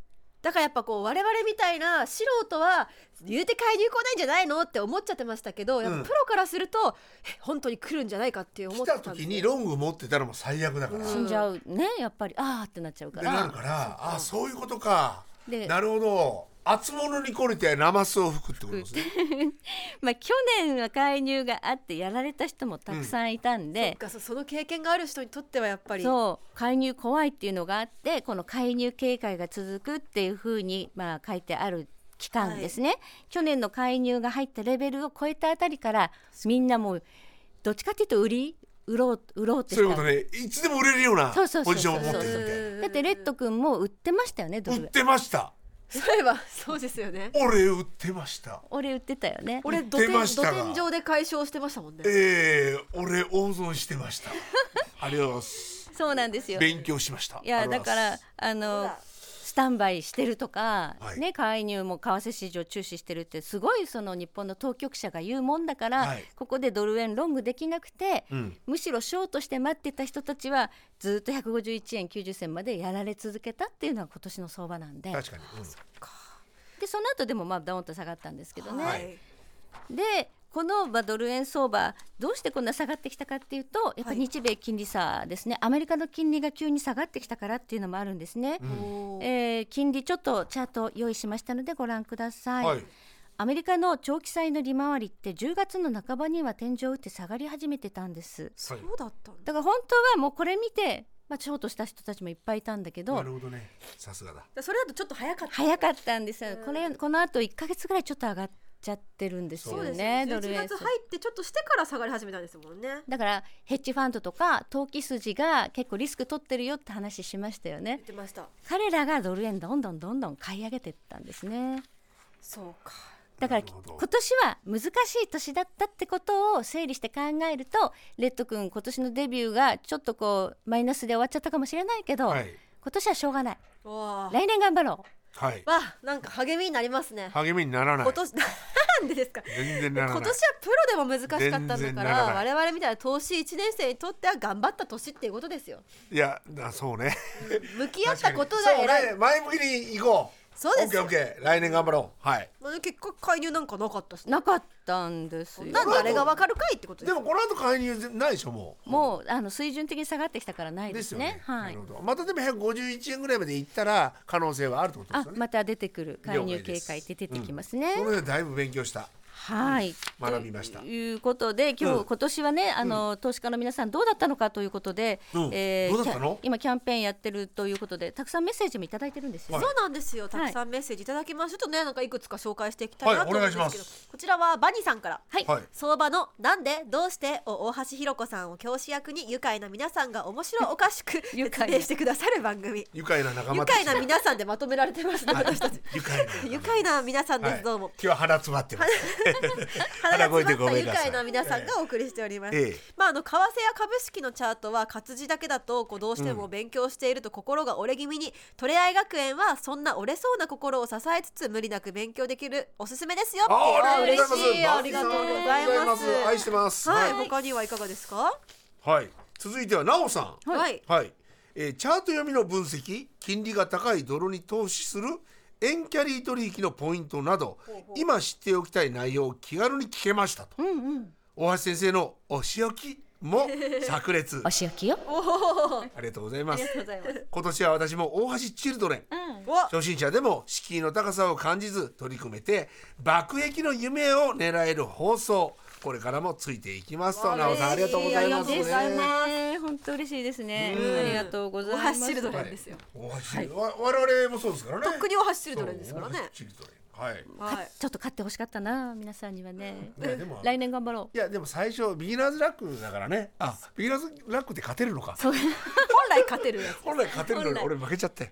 Speaker 3: だからやっぱこう我々みたいな素人は言うて介入来ないんじゃないのって思っちゃってましたけど、やっぱプロからするとえ本当に来るんじゃないかって思
Speaker 2: 来
Speaker 3: って
Speaker 2: た
Speaker 3: たんで
Speaker 2: 時
Speaker 3: す
Speaker 2: に
Speaker 3: ね。
Speaker 2: ロング持ってたらもう最悪だから。
Speaker 5: う
Speaker 3: うん
Speaker 5: 死んじゃうねやっぱりああってなっちゃうか
Speaker 2: でなる
Speaker 5: ら
Speaker 2: からあそういうことか
Speaker 5: で
Speaker 2: なるほど厚物にこりてナマスを吹くってことですね
Speaker 5: まあ去年は介入があってやられた人もたくさんいたん
Speaker 3: そっ
Speaker 5: で、
Speaker 3: かそその経験がある人にとってはやっぱり。
Speaker 5: そう介入怖いっていうのがあってこの介入警戒が続くっていうふうにまあ書いてある期間ですね、去年の介入が入ったレベルを超えたあたりからみんなもうどっちかっていうと売り売ろう売ろうって
Speaker 2: そういう
Speaker 5: し
Speaker 2: こと
Speaker 5: た
Speaker 2: ねいつでも売れるような
Speaker 5: そうそうそうそう
Speaker 2: ポジションを持って
Speaker 3: う
Speaker 2: る
Speaker 3: ん
Speaker 2: みたい
Speaker 5: だってレッド君も売ってましたよねド
Speaker 2: な売
Speaker 5: ル
Speaker 2: ってました
Speaker 3: そういえばそうですよね。
Speaker 2: 俺売ってました
Speaker 5: 俺売ってたよね
Speaker 3: 俺
Speaker 2: 売って
Speaker 3: 土手
Speaker 2: ま
Speaker 3: 土
Speaker 2: したが
Speaker 3: 天上で解消してましたもんね。
Speaker 2: ええ俺大損してましたありがとうございます
Speaker 5: そうなんですよ
Speaker 2: 勉強しました
Speaker 5: いや
Speaker 2: あり
Speaker 5: だ
Speaker 2: がとうご
Speaker 5: か
Speaker 2: ざいま
Speaker 5: ら
Speaker 2: す
Speaker 5: あのスタンバイしてるとか、
Speaker 2: はい
Speaker 5: ね介入も為替市場注視してるってすごいその日本の当局者が言うもんだから、
Speaker 2: はい
Speaker 5: ここでドル円ロングできなくて、
Speaker 2: うん
Speaker 5: むしろショートして待ってた人たちはずっと151円90銭までやられ続けたっていうのが今年の相場なんで
Speaker 2: 確かに、うん
Speaker 5: でその後でもまあドーンと下がったんですけどね。
Speaker 3: はい。
Speaker 5: でこのまあドル円相場どうしてこんな下がってきたかっていうとやっぱ日米金利差ですね、アメリカの金利が急に下がってきたからっていうのもあるんですね。
Speaker 3: おー
Speaker 5: えー金利ちょっとチャート用意しましたのでご覧ください、
Speaker 2: はい
Speaker 5: アメリカの長期債の利回りって10月の半ばには天井を打って下がり始めてたんです
Speaker 2: はい
Speaker 3: そうだったんだ。
Speaker 5: だから本当はもうこれ見て、まあ、ショートした人たちもいっぱいいたんだけ
Speaker 2: な
Speaker 5: ど
Speaker 2: るほどねさすがだ
Speaker 3: それだとちょっと早かった。
Speaker 5: 早かったんですよこれこのあと1か月ぐらいちょっと上がっちゃってるんです
Speaker 3: そ
Speaker 5: よ
Speaker 3: うです
Speaker 5: ね
Speaker 3: ね。
Speaker 5: ド
Speaker 3: 11
Speaker 5: ル円
Speaker 3: 月入ってちょっとしてから下がり始めたんですもんね。
Speaker 5: だからヘッジファンドとか投機筋が結構リスク取ってるよって話しましたよ
Speaker 3: 言
Speaker 5: ね
Speaker 3: ってました。
Speaker 5: 彼らがドル円どんどんどんどん買い上げてったんですね
Speaker 3: そうか。
Speaker 5: だから
Speaker 2: なるほど
Speaker 5: 今年は難しい年だったってことを整理して考えるとレッド君今年のデビューがちょっとこうマイナスで終わっちゃったかもしれないけど、
Speaker 2: はい
Speaker 5: 今年はしょうがない
Speaker 3: わあ。
Speaker 5: 来年頑張ろ
Speaker 2: はい
Speaker 3: わあなんか励みになりますね。
Speaker 2: 励みにならない
Speaker 3: 今年なんでですか。
Speaker 2: 全然ならない
Speaker 3: 今年はプロでも難しかったんだ
Speaker 2: 全然
Speaker 3: か
Speaker 2: な
Speaker 3: ら
Speaker 2: らない
Speaker 3: 我々みたいな投資1年生にとっては頑張った年っていうことですよ
Speaker 2: いやだそうね
Speaker 3: 向き合ったことが
Speaker 2: そう
Speaker 3: 偉い
Speaker 2: ね前向きに行こう
Speaker 3: そうですよ
Speaker 2: オッケーオッケー来年頑張ろうはい
Speaker 3: まあ結果介入なんかなかったし
Speaker 5: う
Speaker 3: な
Speaker 5: なかったんですよ
Speaker 3: なんであれがわかるかいってことで
Speaker 2: ですもこの後介入ないでしょもう
Speaker 5: もうあの水準的に下がってきたからない
Speaker 2: で
Speaker 5: ですす
Speaker 2: よ
Speaker 5: ね
Speaker 2: ね
Speaker 5: は
Speaker 2: な
Speaker 5: い
Speaker 2: るほどまたでも151円ぐらいまで行ったら可能性はあるってことで
Speaker 5: あ
Speaker 2: すよね
Speaker 5: また出てくる介入
Speaker 2: 了解で
Speaker 5: 警
Speaker 2: す
Speaker 5: 戒って出てきますね、
Speaker 2: この辺だいぶ勉強した
Speaker 5: はい、
Speaker 2: 学びました
Speaker 5: ということで今日、
Speaker 2: うん
Speaker 5: 今年はねあの、投資家の皆さんどうだったのかということで、
Speaker 2: うんどうだったの
Speaker 5: キャ今キャンペーンやってるということでたくさんメッセージもいただいてるんですよ、
Speaker 2: はい
Speaker 3: そうなんですよ。たくさんメッセージいただきました。ちょっとね、なんかいくつか紹介していきたいな
Speaker 2: はい
Speaker 3: と思うんですけど、
Speaker 2: お願いします
Speaker 3: こちらはバニさんから。
Speaker 5: はい
Speaker 2: はい
Speaker 3: 相場のなんでどうしてを大橋ひろ子さんを教師役に愉快な皆さんが面白おか [LAUGHS] しく説明
Speaker 5: 愉快な
Speaker 3: してくださる番組。
Speaker 2: 愉快な仲
Speaker 3: 愉
Speaker 2: 間
Speaker 3: 快な
Speaker 2: はい
Speaker 3: 皆さんでまとめられてますね、私たち。
Speaker 2: 愉快な
Speaker 3: [LAUGHS] 愉快な皆さんです、
Speaker 2: はい
Speaker 3: どうも。
Speaker 2: 今日は鼻詰まってます
Speaker 3: 鼻が詰まった愉
Speaker 2: 鼻声でごめんなさい
Speaker 3: 快な皆さんがお送りしております。
Speaker 2: ええ
Speaker 3: まああの為替や株式のチャートは活字だけだとこうどうしても勉強していると心が折れ気味に、トレアイ学園はそんな折れそうな心を支えつつ無理なく勉強できるおすすめですよっていう
Speaker 2: あありがとうご
Speaker 3: 嬉
Speaker 2: ざ
Speaker 3: し
Speaker 2: い
Speaker 3: い
Speaker 2: ます
Speaker 3: ありがとうございます。
Speaker 2: ありがとうござい愛してます
Speaker 3: はい、
Speaker 2: はい
Speaker 3: 他にはいかがですか？
Speaker 2: はい続いてはなおさん
Speaker 3: はい、
Speaker 2: はいえーチャート読みの分析金利が高いドルに投資する円キャリー取引のポイントなど今知っておきたい内容を気軽に聞けましたと、大橋先生のお仕置き
Speaker 3: [LAUGHS]
Speaker 2: も炸裂
Speaker 5: お仕置きよ
Speaker 2: ありがとうございます
Speaker 3: りがとうございます。
Speaker 2: 今年は私も大橋チルドレン、初心者でも敷居の高さを感じず取り組めて爆撃の夢を狙える放送これからもついていきますと奈緒さんありがとうございますね
Speaker 3: 嬉しいありがとうございま
Speaker 4: ね本当嬉しいですね。ありがとうござい
Speaker 3: お
Speaker 4: ま
Speaker 3: 箸
Speaker 4: す
Speaker 3: シ。ルドレンですよ。
Speaker 2: 大橋わ我々もそうですからね
Speaker 3: とっくにお箸シルドレンですから
Speaker 2: 大
Speaker 3: ね
Speaker 2: 橋。チルドレンはい
Speaker 3: はい。
Speaker 5: ちょっと買ってほしかったな皆さんにはね
Speaker 2: いやでも
Speaker 5: 来年頑張ろ
Speaker 2: いやでも最初ビギナーズラックだからねあビギナーズラックって勝てるのか
Speaker 3: 本来勝てるやつ。
Speaker 2: 本来勝てるのに俺負けちゃって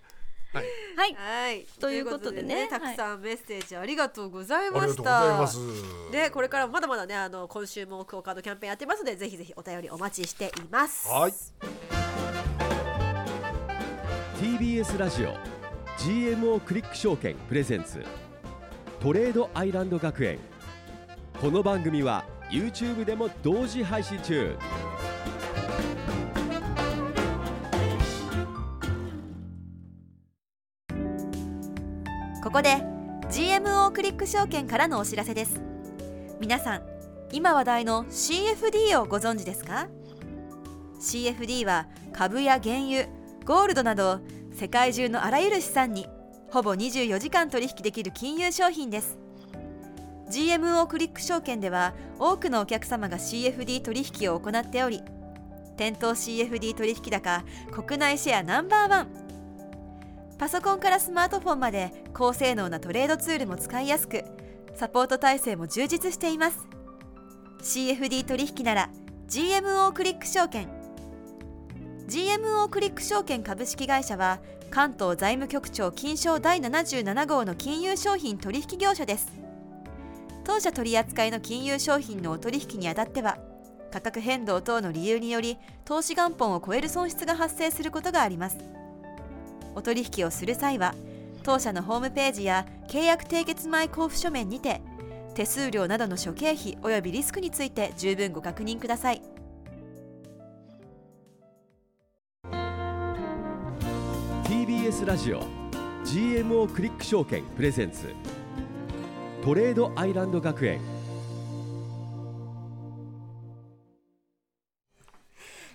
Speaker 2: はいあ
Speaker 5: うはい
Speaker 3: はい。
Speaker 5: ということでね
Speaker 3: ということたくさんメッセージありがとうございま
Speaker 2: りがとう
Speaker 3: し
Speaker 2: ご
Speaker 3: た。
Speaker 2: ざいます
Speaker 3: でこれからもまだまだねあの今週もクオカードキャンペーンやってますのでぜひぜひお便りお待ちしています。
Speaker 2: はい
Speaker 1: TBS ラジオ GMO クリック証券プレゼンツトレードアイランド学園この番組は YouTube でも同時配信中
Speaker 6: ここで GMO クリック証券からのお知らせです皆さん今話題の CFD をご存知ですか CFD は株や原油ゴールドなど世界中のあらゆる資産にほぼ24時間取引できる金融商品です GMO クリック証券では多くのお客様が CFD 取引を行っており店頭 CFD 取引高国内シェアナンバーワンパソコンからスマートフォンまで高性能なトレードツールも使いやすくサポート体制も充実しています CFD 取引なら GMO クリック証券 GMO クリック証券株式会社は関東財務局長金賞第77号の金融商品取引業者です当社取扱いの金融商品のお取引にあたっては価格変動等の理由により投資元本を超える損失が発生することがありますお取引をする際は当社のホームページや契約締結前交付書面にて手数料などの諸経費及びリスクについて十分ご確認ください
Speaker 1: TBS ラジオ GMO クリック証券プレゼンツトレードアイランド学園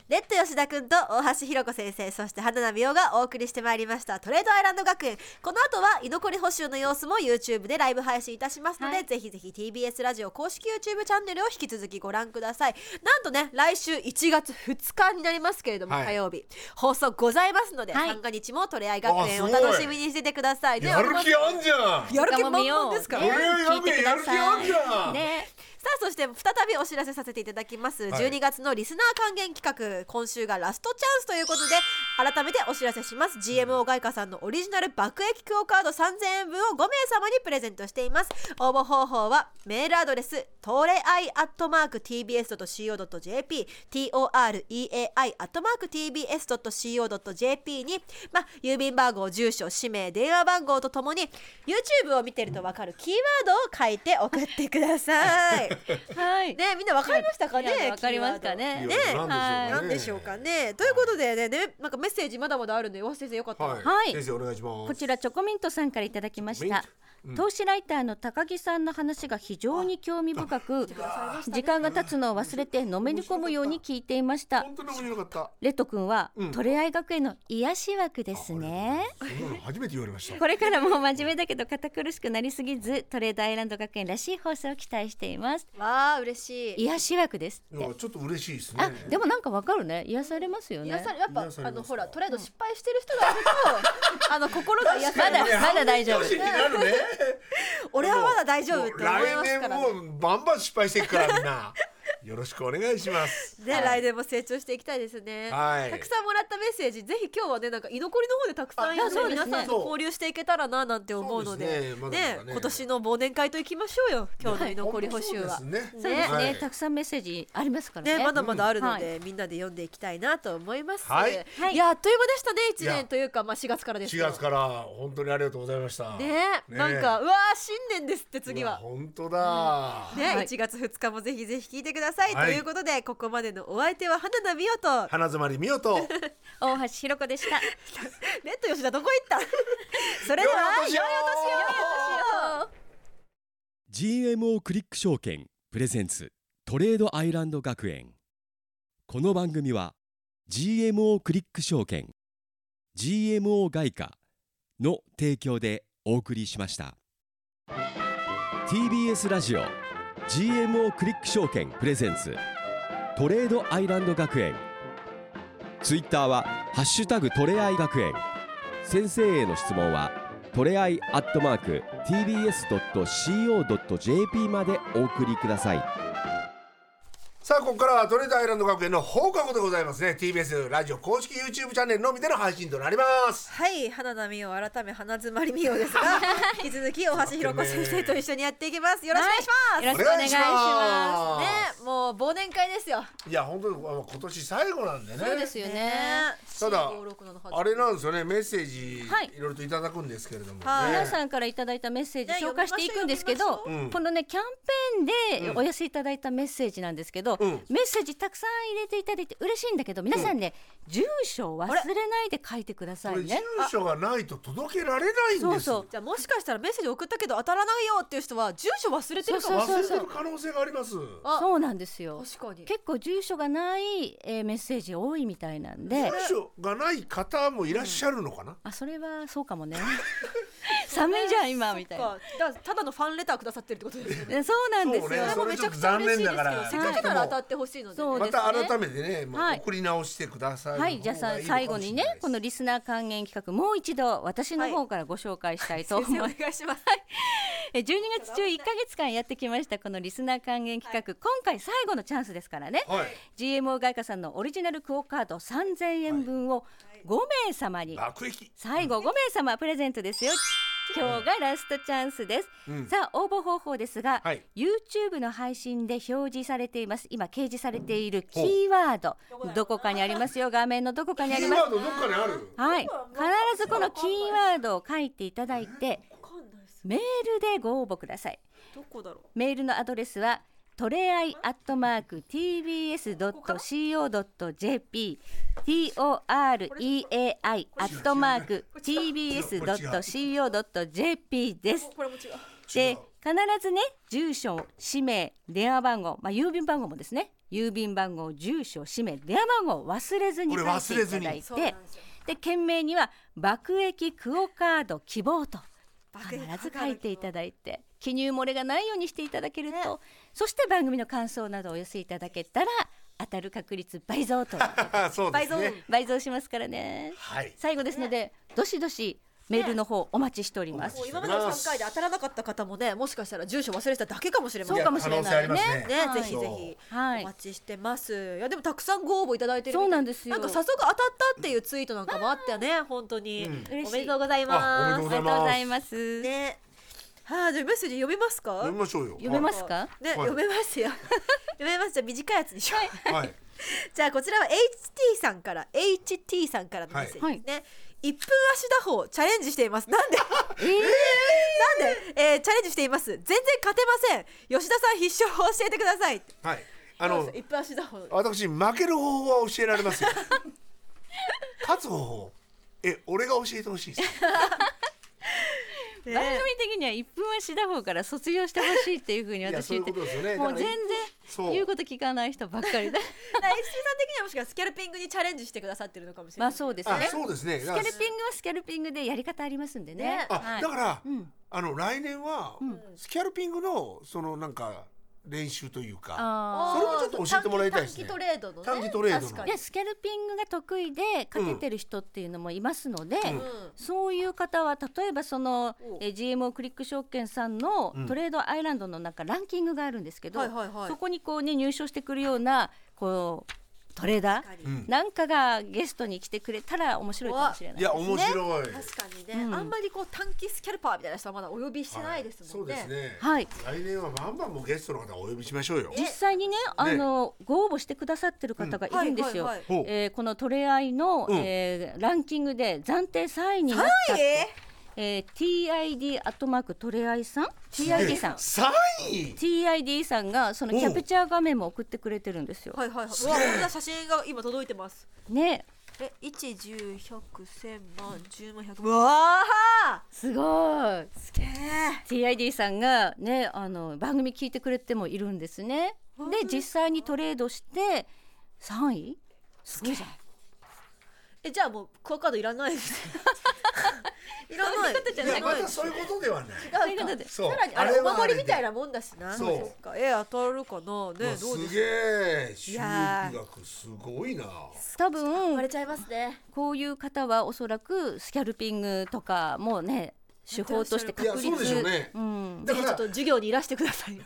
Speaker 3: レッド吉田くんと大橋ひろ子先生そして花奈美桜がお送りしてまいりましたトレードアイランド学園この後は居残り補修の様子も YouTube でライブ配信いたしますので、ぜひぜひ TBS ラジオ公式 YouTube チャンネルを引き続きご覧くださいなんとね来週1月2日になりますけれども、
Speaker 2: はい
Speaker 3: 火曜日放送ございますので、
Speaker 5: はい
Speaker 3: 三が日もトレアイ学園をお
Speaker 2: あすごい
Speaker 3: 楽しみにしててくださいね
Speaker 2: やる気あんじゃん
Speaker 3: やる気満々ですから
Speaker 2: 俺
Speaker 3: ね
Speaker 5: ね
Speaker 2: はやる気あんじゃん
Speaker 5: ね
Speaker 3: さあそして再びお知らせさせていただきます、
Speaker 2: はい
Speaker 3: 12月のリスナー還元企画今週がラストチャンスということで改めてお知らせします GMO 外貨さんのオリジナル爆益クオカード3000円分を5名様にプレゼントしています応募方法はメールアドレストレアイアットマーク TBS.CO.JP TOREAI アットマーク TBS.CO.JP に、まあ、郵便番号住所氏名電話番号とともに YouTube を見てると分かるキーワードを書いて送ってください
Speaker 4: はい。
Speaker 3: ねみんなわかりましたか
Speaker 4: いや
Speaker 3: ね
Speaker 4: わかりますかね。
Speaker 2: ね
Speaker 4: はい
Speaker 3: なんでしょうかねということでねねなんかメッセージまだまだあるんで大橋先生よかったら、
Speaker 2: はい、
Speaker 5: はい
Speaker 2: 先生お願いします
Speaker 5: こちらチョコミントさんからいただきまし
Speaker 2: ミン
Speaker 5: た、投資ライターの高木さんの話が非常に興味深く時間が経つのを忘れてのめり込むように聞いていました
Speaker 2: 本当に面白かった
Speaker 5: レト君は、
Speaker 2: うん
Speaker 5: トレアイ学園の癒し枠ですね
Speaker 2: そんなの初めて言われました
Speaker 5: これからも真面目だけど堅苦しくなりすぎずトレードアイランド学園らしい放送を期待しています
Speaker 3: わあ嬉しい
Speaker 5: 癒し枠ですっ
Speaker 2: い
Speaker 5: て
Speaker 2: やちょっと嬉しいですね
Speaker 5: あ、でもなんかわかるね癒されますよね
Speaker 3: 癒されやっぱ
Speaker 2: 癒され
Speaker 3: あ
Speaker 2: ます
Speaker 3: のほらトレード失敗してる人がいる [LAUGHS] とあの心が癒さ
Speaker 5: ま
Speaker 3: れ
Speaker 5: だ
Speaker 3: る
Speaker 5: まだ大丈夫
Speaker 2: 嬉しいになるね
Speaker 3: 俺はまだ大丈夫って思いますからね
Speaker 2: もう来年もバンバン失敗していくからみんなよろしくお願いします
Speaker 3: [LAUGHS] ね、来年も成長していきたいですね、
Speaker 2: はい
Speaker 3: たくさんもらったメッセージぜひ今日はねなんか居残りの方でたくさんい
Speaker 5: あ
Speaker 3: る
Speaker 5: そうで
Speaker 3: 皆
Speaker 5: すね
Speaker 3: さんと交流していけたらななんて思うので
Speaker 2: そうですねまだまだね
Speaker 3: 今年の忘年会といきましょうよ今日の居残り補修は、
Speaker 2: そうですね
Speaker 5: そうですね、
Speaker 2: はい
Speaker 5: たくさんメッセージありますからね
Speaker 3: ね、まだまだあるの
Speaker 5: うん
Speaker 3: で、みんなで読んでいきたいなと思います。、
Speaker 2: はい
Speaker 5: はいい
Speaker 3: や、あっという間でしたね、一
Speaker 2: い
Speaker 3: 年
Speaker 2: や
Speaker 3: というか、まあ、四月からです
Speaker 2: 4
Speaker 3: よ。
Speaker 2: 月から本当にありがとうございました
Speaker 3: ね、なんか、うわー、新年ですって、次
Speaker 2: うわ
Speaker 3: は。
Speaker 2: 本当だ
Speaker 3: ね、
Speaker 5: はい
Speaker 3: 1月2日もぜひぜひ聞いてください、
Speaker 2: はい
Speaker 3: ということでここまでのお相手は花奈美桜と
Speaker 2: 花詰まりみよと
Speaker 4: 大橋ひろ子でした。
Speaker 3: レッド吉田どこ行ったそれでは
Speaker 2: 良いお年を
Speaker 3: 良いお年を
Speaker 1: GMO クリック証券プレゼンツトレードアイランド学園この番組は GMO クリック証券 GMO 外貨の提供でお送りしました TBS ラジオ GMO クリック証券プレゼンツトレードアイランド学園ツイッターは「ハッシュタグトレアイ学園」先生への質問はトレアイアットマーク TBS.CO.JP までお送りください
Speaker 2: さあここからはトレードアイランド学園の放課後でございますね TBS ラジオ公式 YouTube チャンネルのみでの配信となります
Speaker 3: はい花田美桜改め花詰まり美桜ですが引き続き大橋ひろ子先生と一緒にやっていきますよろしくお願いします、
Speaker 4: よろしくお願いしま
Speaker 3: ねもう忘年会ですよ
Speaker 2: いや本当にあの今年最後なんでね
Speaker 4: す。そうですよね。
Speaker 2: ただあ
Speaker 3: あ
Speaker 2: れなんですよねメッセージ
Speaker 5: はい
Speaker 2: いろいろといただくんですけれどもね、
Speaker 3: はい
Speaker 5: 皆さんからいただいたメッセージ
Speaker 3: ね
Speaker 5: 紹介していくんですけ
Speaker 3: 読
Speaker 5: ど、
Speaker 2: ましょう
Speaker 5: このねキャンペーンでお寄せいただいたメッセージなんですけど、
Speaker 2: うん
Speaker 5: メッセージたくさん入れていただいて嬉しいんだけど皆さんね、住所を忘れないで書いてくださ
Speaker 2: これ
Speaker 5: い
Speaker 2: 住
Speaker 5: ね。
Speaker 2: 所がないと届けられないんです
Speaker 5: そうそう
Speaker 3: じゃあもしかしたらメッセージ送ったけど当たらないよっていう人は住所忘れてるかも
Speaker 5: そうそう
Speaker 2: 忘れてる可能性があります
Speaker 3: あ
Speaker 5: そうなんですよ
Speaker 3: 確かに
Speaker 5: 結構住所がない、えーメッセージ多いみたいなんで
Speaker 2: 住所がない方もいらっしゃるのかな、
Speaker 5: あそれはそうかもね寒いじゃん今みたいな
Speaker 3: かだただのファンレターくださってるってことですよね
Speaker 5: えそうなんです
Speaker 2: そう
Speaker 5: よ
Speaker 2: ね
Speaker 3: [LAUGHS] それもめちゃくちゃ嬉しいですけど
Speaker 2: はい
Speaker 3: せっかくなら当たってほしいので
Speaker 5: そう
Speaker 2: ま
Speaker 5: ですね
Speaker 2: た改めてね、まあ
Speaker 5: はい
Speaker 2: 送り直してください
Speaker 5: はいじゃあさ最後にねこの
Speaker 2: リ
Speaker 5: リスナー還元企画もう一度私の方からご紹介したい
Speaker 2: [LAUGHS]
Speaker 5: と思い
Speaker 3: 先生
Speaker 5: ま
Speaker 3: お
Speaker 5: す、
Speaker 3: 願いします
Speaker 5: え12月中1ヶ月間やってきましたこのリスナー還元企画、今回最後のチャンスですからね、
Speaker 2: はい
Speaker 5: GMO 外貨さんのオリジナルクオカード3000円分を5名様に、
Speaker 2: 爆撃
Speaker 5: 最後5名様プレゼントですよ今日がラストチャンスです、
Speaker 2: うん
Speaker 5: さあ応募方法ですが、
Speaker 2: はい
Speaker 5: YouTube の配信で表示されています今掲示されているキーワードどこかにありますよ画面のどこかにあ
Speaker 2: キ
Speaker 5: り
Speaker 2: ー
Speaker 5: ま
Speaker 2: ワ
Speaker 5: す
Speaker 2: ードどっかにある
Speaker 5: はい必ずこのキーワードを書いていただいてメールでご応募ください
Speaker 3: どこだろ
Speaker 5: メールのアドレスはトレアイアットマーク tbs.co.jp toreai アットマーク tbs.co.jp です
Speaker 3: う。これも違う
Speaker 5: で必ずね住所氏名電話番号まあ郵便番号もですね郵便番号住所氏名電話番号を忘れずに
Speaker 2: こ
Speaker 5: 書
Speaker 2: れ
Speaker 5: い
Speaker 2: 忘
Speaker 5: て
Speaker 2: れ
Speaker 5: い
Speaker 2: ず
Speaker 5: た
Speaker 2: に
Speaker 5: だい
Speaker 3: そうな
Speaker 5: て
Speaker 3: んですよ
Speaker 5: で件名には爆益クオカード希望と
Speaker 3: 爆
Speaker 5: 必
Speaker 3: 撃
Speaker 5: ず書いていただいて記入漏れがないようにしていただけると、そして番組の感想などをお寄せいただけたら当たる確率倍増
Speaker 3: [LAUGHS]
Speaker 5: と
Speaker 2: [LAUGHS] そうですね
Speaker 5: 倍増しますからね
Speaker 2: はい
Speaker 5: 最後ですのでどしどしメールの方お待ちしております、
Speaker 3: もう今までの3回で当たらなかった方もねもしかしたら住所忘れてただけかもしれません
Speaker 5: そうかもしれないね
Speaker 2: 可能性あります
Speaker 3: ね、
Speaker 5: はい
Speaker 3: ぜひぜひ
Speaker 5: は
Speaker 3: お
Speaker 5: い
Speaker 3: 待ちしてます、い、やでもたくさんご応募いただいてるみたい
Speaker 5: そうなんですよ
Speaker 3: なんか早速当たったっていうツイートなんかもあったよね
Speaker 5: [LAUGHS]
Speaker 3: 本当に、
Speaker 5: 嬉しい
Speaker 3: おめでとうございます
Speaker 2: あおめでとうご
Speaker 5: あ
Speaker 2: ざ
Speaker 5: り
Speaker 2: い
Speaker 5: がとう
Speaker 2: ま
Speaker 5: ござ
Speaker 2: す
Speaker 5: います、
Speaker 3: ねはあじゃあメッセージ読みますか
Speaker 2: 読みましょうよ
Speaker 5: 読めますか、
Speaker 3: ね、
Speaker 2: はい
Speaker 3: 読めますよ [LAUGHS] 読めますじゃあ短いやつにしよう、
Speaker 2: はいはい
Speaker 3: じゃあこちらは HT さんから HT さんからのメッセージですね、一分足打法チャレンジしています [LAUGHS] なんでなんで、えー、チャレンジしています全然勝てません吉田さん必勝を教えてください
Speaker 2: はいあ
Speaker 3: そう
Speaker 2: の
Speaker 3: です一分足打法
Speaker 2: 私負ける方法は教えられ
Speaker 5: [LAUGHS]
Speaker 2: ますよ勝つ方法え俺が教えてほしいです
Speaker 3: ね
Speaker 5: 番組的には一分はしだ方から卒業してほしいっていうふうに
Speaker 2: いや
Speaker 5: 私
Speaker 2: そういう
Speaker 5: 言って
Speaker 2: ことですよね
Speaker 5: もう
Speaker 2: だ
Speaker 5: 全
Speaker 2: から
Speaker 5: 然
Speaker 2: そう
Speaker 5: 言うこと聞かない人ばっかりで
Speaker 3: だから石井さん的にはもしかしたらスキャルピングにチャレンジしてくださってるのかもしれな
Speaker 5: ま
Speaker 3: い。
Speaker 5: あそうです
Speaker 2: あ
Speaker 5: ね
Speaker 2: そうですね
Speaker 5: スキャルピングはスキャルピングでやり方ありますんでね
Speaker 3: ね
Speaker 2: あ、
Speaker 5: はい
Speaker 2: だから、
Speaker 5: ん
Speaker 2: あの来年は、スキャルピングのそのなんか練習というか、そ
Speaker 5: あ
Speaker 2: れもちょっと教えてもらいたいですね
Speaker 3: 短期短期トレードのね。
Speaker 2: 短期トレードの
Speaker 3: 確
Speaker 5: ー
Speaker 3: かに
Speaker 5: で。スキャルピングが得意で勝ててる人っていうのもいますので、
Speaker 2: うん
Speaker 3: う
Speaker 5: そういう方は例えばその
Speaker 3: お
Speaker 5: えー GMO クリック証券さんの
Speaker 2: うん
Speaker 5: トレードアイランドの中ランキングがあるんですけど、
Speaker 3: はいはいはい
Speaker 5: そこにこうね入賞してくるようなこうトレーダ
Speaker 3: 確か
Speaker 5: ー
Speaker 3: に
Speaker 2: うん
Speaker 5: なんかがゲストに来てくれたら面白いかもしれない
Speaker 2: いや面白い、
Speaker 3: 確かにね、
Speaker 5: うん
Speaker 3: あんまりこう短期スキャルパーみたいな人はまだお呼びしてないですもんね。
Speaker 2: はいそうですね、
Speaker 5: はい
Speaker 2: 来年はバンバンもうゲストの方をお呼びしましょうよ
Speaker 5: 実際にねあのご応募してくださってる方がいるんですよ。
Speaker 3: はいはい
Speaker 2: ほう
Speaker 5: えーこのトレアイの、
Speaker 2: うん
Speaker 5: えーランキングで暫定3位になったって、えー TID アットマークトレアイさん TID さん
Speaker 2: 3位
Speaker 5: TID さんがその
Speaker 2: うん
Speaker 5: キャプチャー画面も送ってくれてるんですよ。
Speaker 3: はいはいはい。うわ、こんな写真が今届いてます。
Speaker 5: ね
Speaker 3: え、一十百千万十万百万。うわあ。
Speaker 5: すごい
Speaker 3: すげえ。
Speaker 5: TID さんがねあの番組聞いてくれてもいるんですねで実際にトレードして3位すげえじゃん
Speaker 3: え、じゃあもうクオカードいらないですね。 [LAUGHS] いらない。
Speaker 5: そういうことじゃ
Speaker 2: い
Speaker 5: な
Speaker 2: や
Speaker 5: い
Speaker 2: またそういうことではない
Speaker 3: な
Speaker 5: とい
Speaker 3: ん
Speaker 5: う
Speaker 3: か
Speaker 5: ことで
Speaker 2: そう
Speaker 3: さらにあれ
Speaker 2: は
Speaker 3: お
Speaker 2: あ
Speaker 3: 守
Speaker 2: れ
Speaker 3: り
Speaker 2: で
Speaker 3: みたいなもんだしな。
Speaker 2: そう
Speaker 3: ですか。え当たるかな
Speaker 2: うわ
Speaker 3: ねどうですす
Speaker 2: げえ収益
Speaker 3: やー
Speaker 2: 額すごいな
Speaker 5: 多分
Speaker 3: 割れちゃいますね。
Speaker 5: こういう方はおそらくスキャルピングとかもね手法として確立
Speaker 2: いやそうでしょうね
Speaker 5: ん
Speaker 2: だか
Speaker 3: ちょっ
Speaker 2: ら
Speaker 3: と授業にいらしてください。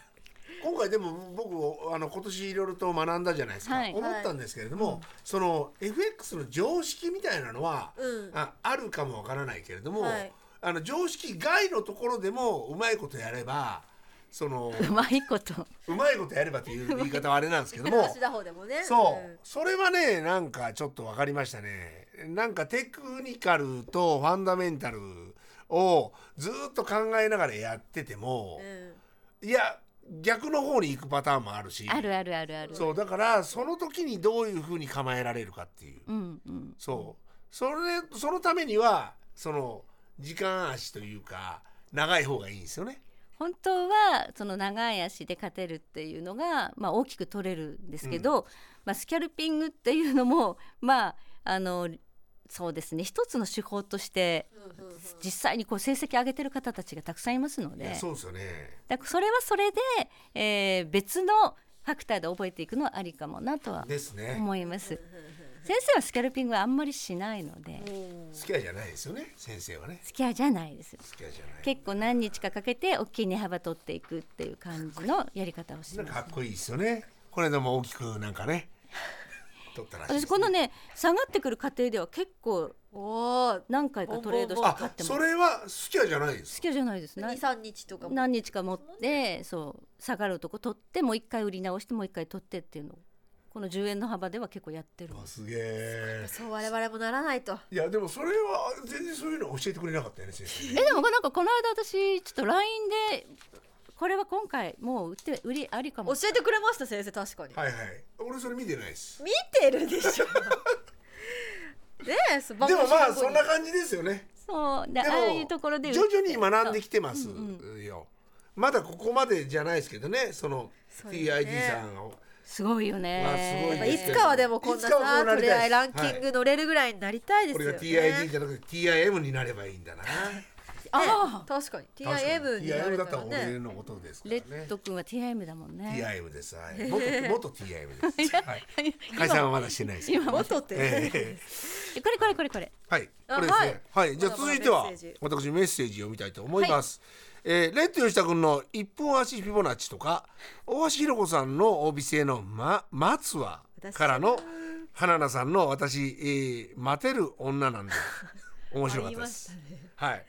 Speaker 2: 今回でも僕あの今年いろいろと学んだじゃないですか、
Speaker 5: はい
Speaker 2: 思ったんですけれども、その FX の常識みたいなのは、
Speaker 3: うん
Speaker 2: ああるかもわからないけれども、
Speaker 3: はい
Speaker 2: あの常識外のところでもうまいことやればその
Speaker 5: うまいこと
Speaker 2: うまいことやればという言い方はあれなんですけど
Speaker 3: [LAUGHS]
Speaker 2: も
Speaker 3: 私だ方でもね。
Speaker 2: そうそれはねなんかちょっと分かりましたねなんかテクニカルとファンダメンタルをずっと考えながらやってても
Speaker 3: うん。うん
Speaker 2: いや逆の方に行くパターンもあるし
Speaker 5: あるあるあるある
Speaker 2: そうだからその時にどういうふうに構えられるかっていう
Speaker 5: うんうん
Speaker 2: そうそれそのためにはその時間足というか長い方がいいんですよね。
Speaker 5: 本当はその長い足で勝てるっていうのが、まあ、大きく取れるんですけど、まあ、スキャルピングっていうのもまああのそうですね一つの手法として実際にこう成績上げてる方たちがたくさんいますの
Speaker 2: いや
Speaker 5: で
Speaker 2: そうですよね。
Speaker 5: だからそれはそれで、えー別のファクターで覚えていくのはありかもなとは
Speaker 2: ですね。
Speaker 5: 思います。先生はスキャルピングはあんまりしないので
Speaker 2: 好きやじゃないですよね先生はね。
Speaker 5: スキャじゃないです
Speaker 2: 好きやじゃない。
Speaker 5: 結構何日かかけて大きい値幅取っていくっていう感じのやり方をして
Speaker 2: なん
Speaker 5: ま
Speaker 2: か
Speaker 5: す
Speaker 2: かっこいいですよね。これでも大きくなんか
Speaker 5: [LAUGHS]
Speaker 2: ね取ったらしいです
Speaker 5: 私このね下がってくる過程では結構
Speaker 3: おお。
Speaker 5: 何回かトレードして買
Speaker 2: あ
Speaker 5: っても
Speaker 2: それは好きやじゃないです
Speaker 5: 好。きじゃないです
Speaker 3: 二
Speaker 5: ね
Speaker 3: 三日とかも。
Speaker 5: 何日か持ってそう下がるとこ取ってもう一回売り直してもう一回取ってっていうのをこの10円の幅では結構やってる
Speaker 2: あすげえ。
Speaker 3: そう我々もならないと。
Speaker 2: いやでもそれは全然そういうの教えてくれなかったよね先生ね。
Speaker 5: えでもなんかこの間私ちょっと LINE でこれは今回もう売って売りありか
Speaker 3: 教
Speaker 5: も
Speaker 3: えてくれました先生確かに。
Speaker 2: はいはい。俺それ見てないです。
Speaker 3: 見てる
Speaker 2: [LAUGHS]
Speaker 3: でしょ。ねえ、で
Speaker 2: でもまあそんな感じですよね。
Speaker 5: そうで
Speaker 2: で
Speaker 5: あ
Speaker 2: も
Speaker 5: あいうところで売って
Speaker 2: 徐々に学んできてますよ、まだここまでじゃないですけどねその
Speaker 3: そうですね
Speaker 2: TID さんを
Speaker 5: すごいよ
Speaker 2: わあすご
Speaker 5: ね
Speaker 2: い
Speaker 3: いつかはでもこんな
Speaker 2: つ
Speaker 3: い
Speaker 2: かはこ
Speaker 3: さ
Speaker 2: うな
Speaker 3: ト
Speaker 2: り
Speaker 3: レ
Speaker 2: た
Speaker 3: ア
Speaker 2: い
Speaker 3: イランキング乗れるぐらいになりたいで
Speaker 2: こ
Speaker 3: す
Speaker 2: れ
Speaker 3: よ
Speaker 2: が TID
Speaker 3: ね。
Speaker 2: じゃなくて TIM になればいいん
Speaker 3: [LAUGHS]
Speaker 2: だな
Speaker 3: あ確かに
Speaker 2: 確か
Speaker 3: TIM にな
Speaker 2: TIM
Speaker 3: る
Speaker 2: だ
Speaker 3: か
Speaker 2: った
Speaker 3: ら
Speaker 2: ら俺
Speaker 3: ね。
Speaker 2: のことですから
Speaker 5: レ
Speaker 2: ね
Speaker 5: ッド君は TIM だもんね
Speaker 2: TIM ですはい元元 TIM
Speaker 3: [LAUGHS]
Speaker 2: ですはい解散はまだしてないですけど
Speaker 5: 今も
Speaker 3: 元って。
Speaker 2: ええ
Speaker 5: えこれこれこれこれ
Speaker 2: はい、
Speaker 3: あ
Speaker 2: これです
Speaker 3: はい
Speaker 2: ね。はい、じゃあ続いては
Speaker 3: まだまだメッセージ
Speaker 2: 私メッセージ読みたいと思います。えーレッド吉田君の一分足フィボナッチとか、大橋ひろ子さんの美声のま松はからの花菜さんの私、えー待てる女
Speaker 3: [LAUGHS]
Speaker 2: なんで面白かったです。はい。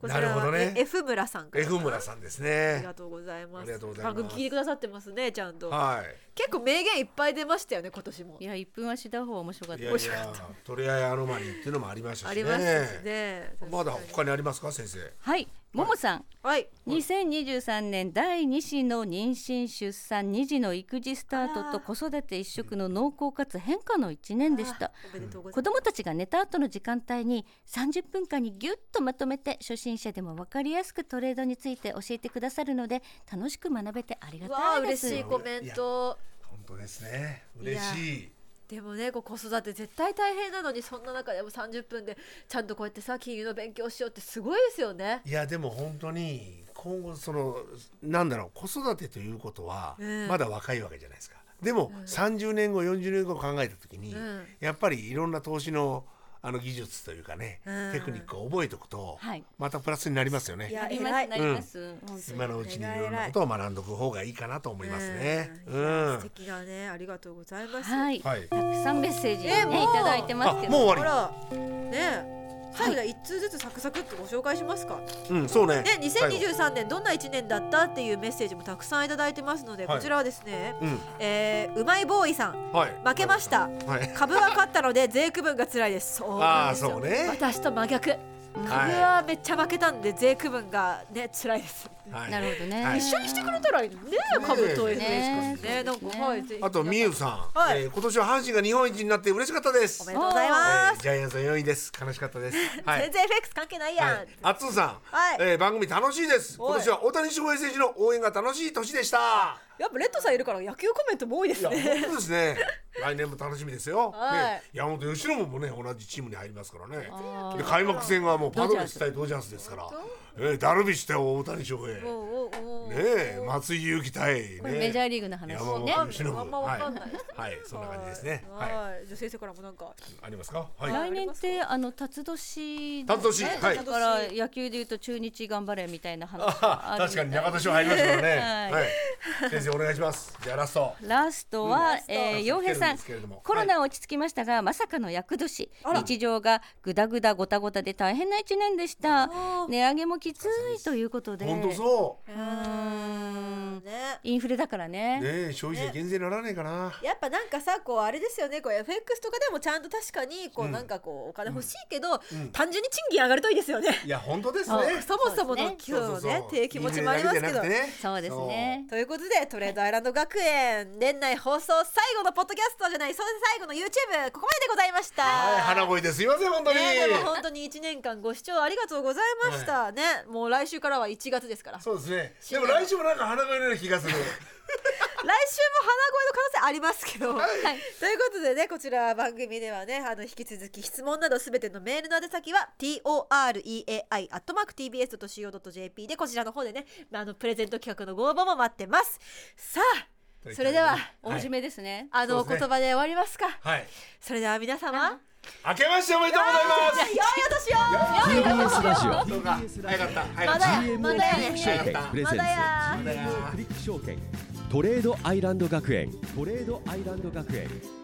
Speaker 3: こち
Speaker 2: なる
Speaker 3: ら
Speaker 2: ほど
Speaker 3: はえ
Speaker 2: ね。
Speaker 3: F 村さんから。
Speaker 2: F 村さんです
Speaker 3: あり
Speaker 2: ね
Speaker 3: が。とうございま
Speaker 2: あり
Speaker 3: す
Speaker 2: がとうござ。いま
Speaker 3: 番
Speaker 2: す
Speaker 3: 組聞いてくださってますねちゃんと。
Speaker 2: はい。
Speaker 3: 結構名言いっぱい出ましたよね今年も
Speaker 5: い。や一分足打法面白かっ
Speaker 2: い
Speaker 5: た
Speaker 2: やいや、とりあえずアノマリーっていうのもありました
Speaker 3: あ
Speaker 2: し
Speaker 3: りましたし
Speaker 2: ね。
Speaker 3: ね。
Speaker 2: まだ他にありますか先生。
Speaker 5: はいももさん
Speaker 3: はい。
Speaker 5: 2023年第2子の妊娠出産2児の育児スタートと子育て一色の濃厚かつ変化の1年でした
Speaker 3: おめでとうござ
Speaker 5: 子
Speaker 3: いま
Speaker 5: どもたちが寝た後の時間帯に30分間にぎゅっとまとめて初心者でも分かりやすくトレードについて教えてくださるので楽しく学べてありが
Speaker 3: す。わあ
Speaker 5: たいで
Speaker 3: 嬉し
Speaker 5: す
Speaker 3: いコメント。
Speaker 2: 本当ですね。嬉しい。
Speaker 3: でもねこう子育て絶対大変なのにそんな中でも30分でちゃんとこうやってさ金融の勉強しようってすごいですよね。
Speaker 2: いやでも本当に今後そのなんだろう子育てということは
Speaker 3: うん
Speaker 2: まだ若いわけじゃないですか。でも30年後40年後考えた時に
Speaker 3: うん
Speaker 2: やっぱりいろんな投資のあの技術というかね
Speaker 3: うん
Speaker 2: テクニックを覚えておくと
Speaker 5: はい
Speaker 2: またプラスになりますよね。
Speaker 5: なりますなります、本当に
Speaker 2: 今のうちにいろんなことを学んでおく方がいいかなと思いますね。う
Speaker 3: いや
Speaker 2: ん
Speaker 3: 素。敵だねありがとうございます。
Speaker 5: はい、
Speaker 2: は
Speaker 5: た
Speaker 2: い
Speaker 5: くさんメッセージ、ね
Speaker 3: えもう
Speaker 5: いただいて
Speaker 2: あ
Speaker 5: ますけど
Speaker 2: もう
Speaker 3: ほ
Speaker 2: 終わ
Speaker 3: らね最後で一通ずつサクサクっとご紹介しますか。
Speaker 2: り。うんそうね。
Speaker 3: ね
Speaker 2: 最後
Speaker 3: 2023年どんな1年だったっていうメッセージもたくさんいただいてますので
Speaker 2: はい
Speaker 3: こちらはですね、
Speaker 2: うん
Speaker 3: えーうまいボーイさん
Speaker 2: はい。
Speaker 3: 負けました。
Speaker 2: はい。
Speaker 3: 株は勝ったので税区分が辛いです。そう
Speaker 2: あ
Speaker 3: なん
Speaker 2: あ
Speaker 3: ですよ
Speaker 2: そうね。
Speaker 3: 私と真逆。株
Speaker 2: はい
Speaker 3: はめっちゃ負けたんで税区分がね辛いです。
Speaker 2: はい
Speaker 5: なるほどね。
Speaker 2: はい
Speaker 5: ね
Speaker 3: 一緒にしてくれたらいいね株と FX
Speaker 5: ね
Speaker 3: ねなんかはいぜひ
Speaker 2: あと、みゆさん、
Speaker 3: はい
Speaker 2: えー今年は阪神が日本一になって嬉しかったです。
Speaker 3: おめでとうございます
Speaker 2: えージャイアンツは4位です。悲しかったです。は
Speaker 3: 全。然 FX 関係ないやん、
Speaker 2: はい、あっつーさん、
Speaker 3: はい
Speaker 2: えー番組楽しいです。
Speaker 3: おい
Speaker 2: 今年は大谷翔平選手の応援が楽しい年でした。
Speaker 3: やっぱレッドさんいるから野球コメントも多いで
Speaker 2: い
Speaker 3: す
Speaker 2: や、本
Speaker 3: ね
Speaker 2: 当ですね。来年も楽しみですよ。
Speaker 3: はい
Speaker 2: ね、山本由伸もね、同じチームに入りますからね。で、開幕戦はもうパドレス対ドジャースですから。えーダルビッシュ対大谷翔平。ね
Speaker 3: おうおうおう
Speaker 2: え、松井裕樹対、
Speaker 5: これメジャー
Speaker 2: ね。
Speaker 5: リーグの話
Speaker 2: 山本
Speaker 5: ね。
Speaker 2: 由伸。
Speaker 3: あんまわかんない
Speaker 2: はい、はい、そんな感じですね。
Speaker 3: は、
Speaker 2: はいい。
Speaker 3: じゃあ先生からもなんか
Speaker 2: ありますか。はい。
Speaker 5: 来年ってあの辰
Speaker 2: 辰年
Speaker 5: 年ね
Speaker 2: はい
Speaker 5: だから野球でいうと中日頑張れみたいな話があるみ
Speaker 2: [LAUGHS] 確か
Speaker 5: たい
Speaker 2: に中田翔入りましたからね。
Speaker 5: はい
Speaker 2: はい。先生お願いします。じゃあラスト。
Speaker 5: ラストは、え
Speaker 2: ラス
Speaker 5: ー、
Speaker 2: ト
Speaker 5: 洋平
Speaker 2: 来てるん
Speaker 5: さん
Speaker 2: ですけれども
Speaker 5: コロナは落ち着きましたが、まさかの厄年日常がぐだぐだごたごたで大変な一年でした値上げもきついということで
Speaker 2: 本当そうう。
Speaker 3: ーんね
Speaker 5: インフレだからね
Speaker 2: ねえ消費税減税ならないかな。
Speaker 3: やっぱなんかさこうあれですよねこう FX とかでもちゃんと確かにこう、
Speaker 2: うん
Speaker 3: なんかこうお金欲しいけど、
Speaker 2: ん
Speaker 3: 単純に賃金上がるといいですよね、
Speaker 2: いや本当です
Speaker 3: [LAUGHS] そ
Speaker 2: ね。
Speaker 3: もそもの給
Speaker 2: そうそう
Speaker 3: 与を
Speaker 2: そう
Speaker 3: ねっていう気持ちもありますけ
Speaker 2: イン
Speaker 3: ど、
Speaker 2: フレだけじゃなくてね
Speaker 5: そうですね
Speaker 3: ということでトレードアイランド学園年内放送最後のポッドキャストじゃないそう最後の YouTube ここまででございました。
Speaker 2: そうはい、花声ですいません本当に。
Speaker 3: ね、でも本当に1年間ご視聴ありがとうございました、ねもう来週からは1月ですから来週も
Speaker 2: そうですね。でも来週もなんか花声のような気がする。
Speaker 3: 花声の可能性ありますけど、ということでねこちら番組ではねあの引き続き質問などすべてのメールの宛先は toreai.tbs.co.jp でこちらの方でねあのプレゼント企画のご応募も待ってますさあそれでは
Speaker 2: は
Speaker 5: 大
Speaker 2: い
Speaker 5: 締めですね、
Speaker 3: あの、
Speaker 2: そうですね
Speaker 3: 言葉で終わりますか
Speaker 2: はい。
Speaker 3: それでは皆様
Speaker 2: 明けましておめでとうござい
Speaker 3: じ [LAUGHS] ゃあ良いお年
Speaker 1: TBS
Speaker 3: を
Speaker 1: ラジオ
Speaker 2: ます。早かった。早かっ
Speaker 3: まだ
Speaker 2: た。
Speaker 3: や
Speaker 1: GMO
Speaker 3: ま
Speaker 1: ク
Speaker 3: だ
Speaker 1: リ
Speaker 3: や
Speaker 1: ック証券プレゼンツ
Speaker 3: まだや
Speaker 2: まだや
Speaker 1: GMO クリック証券トレードアイランド学園トレードアイランド学園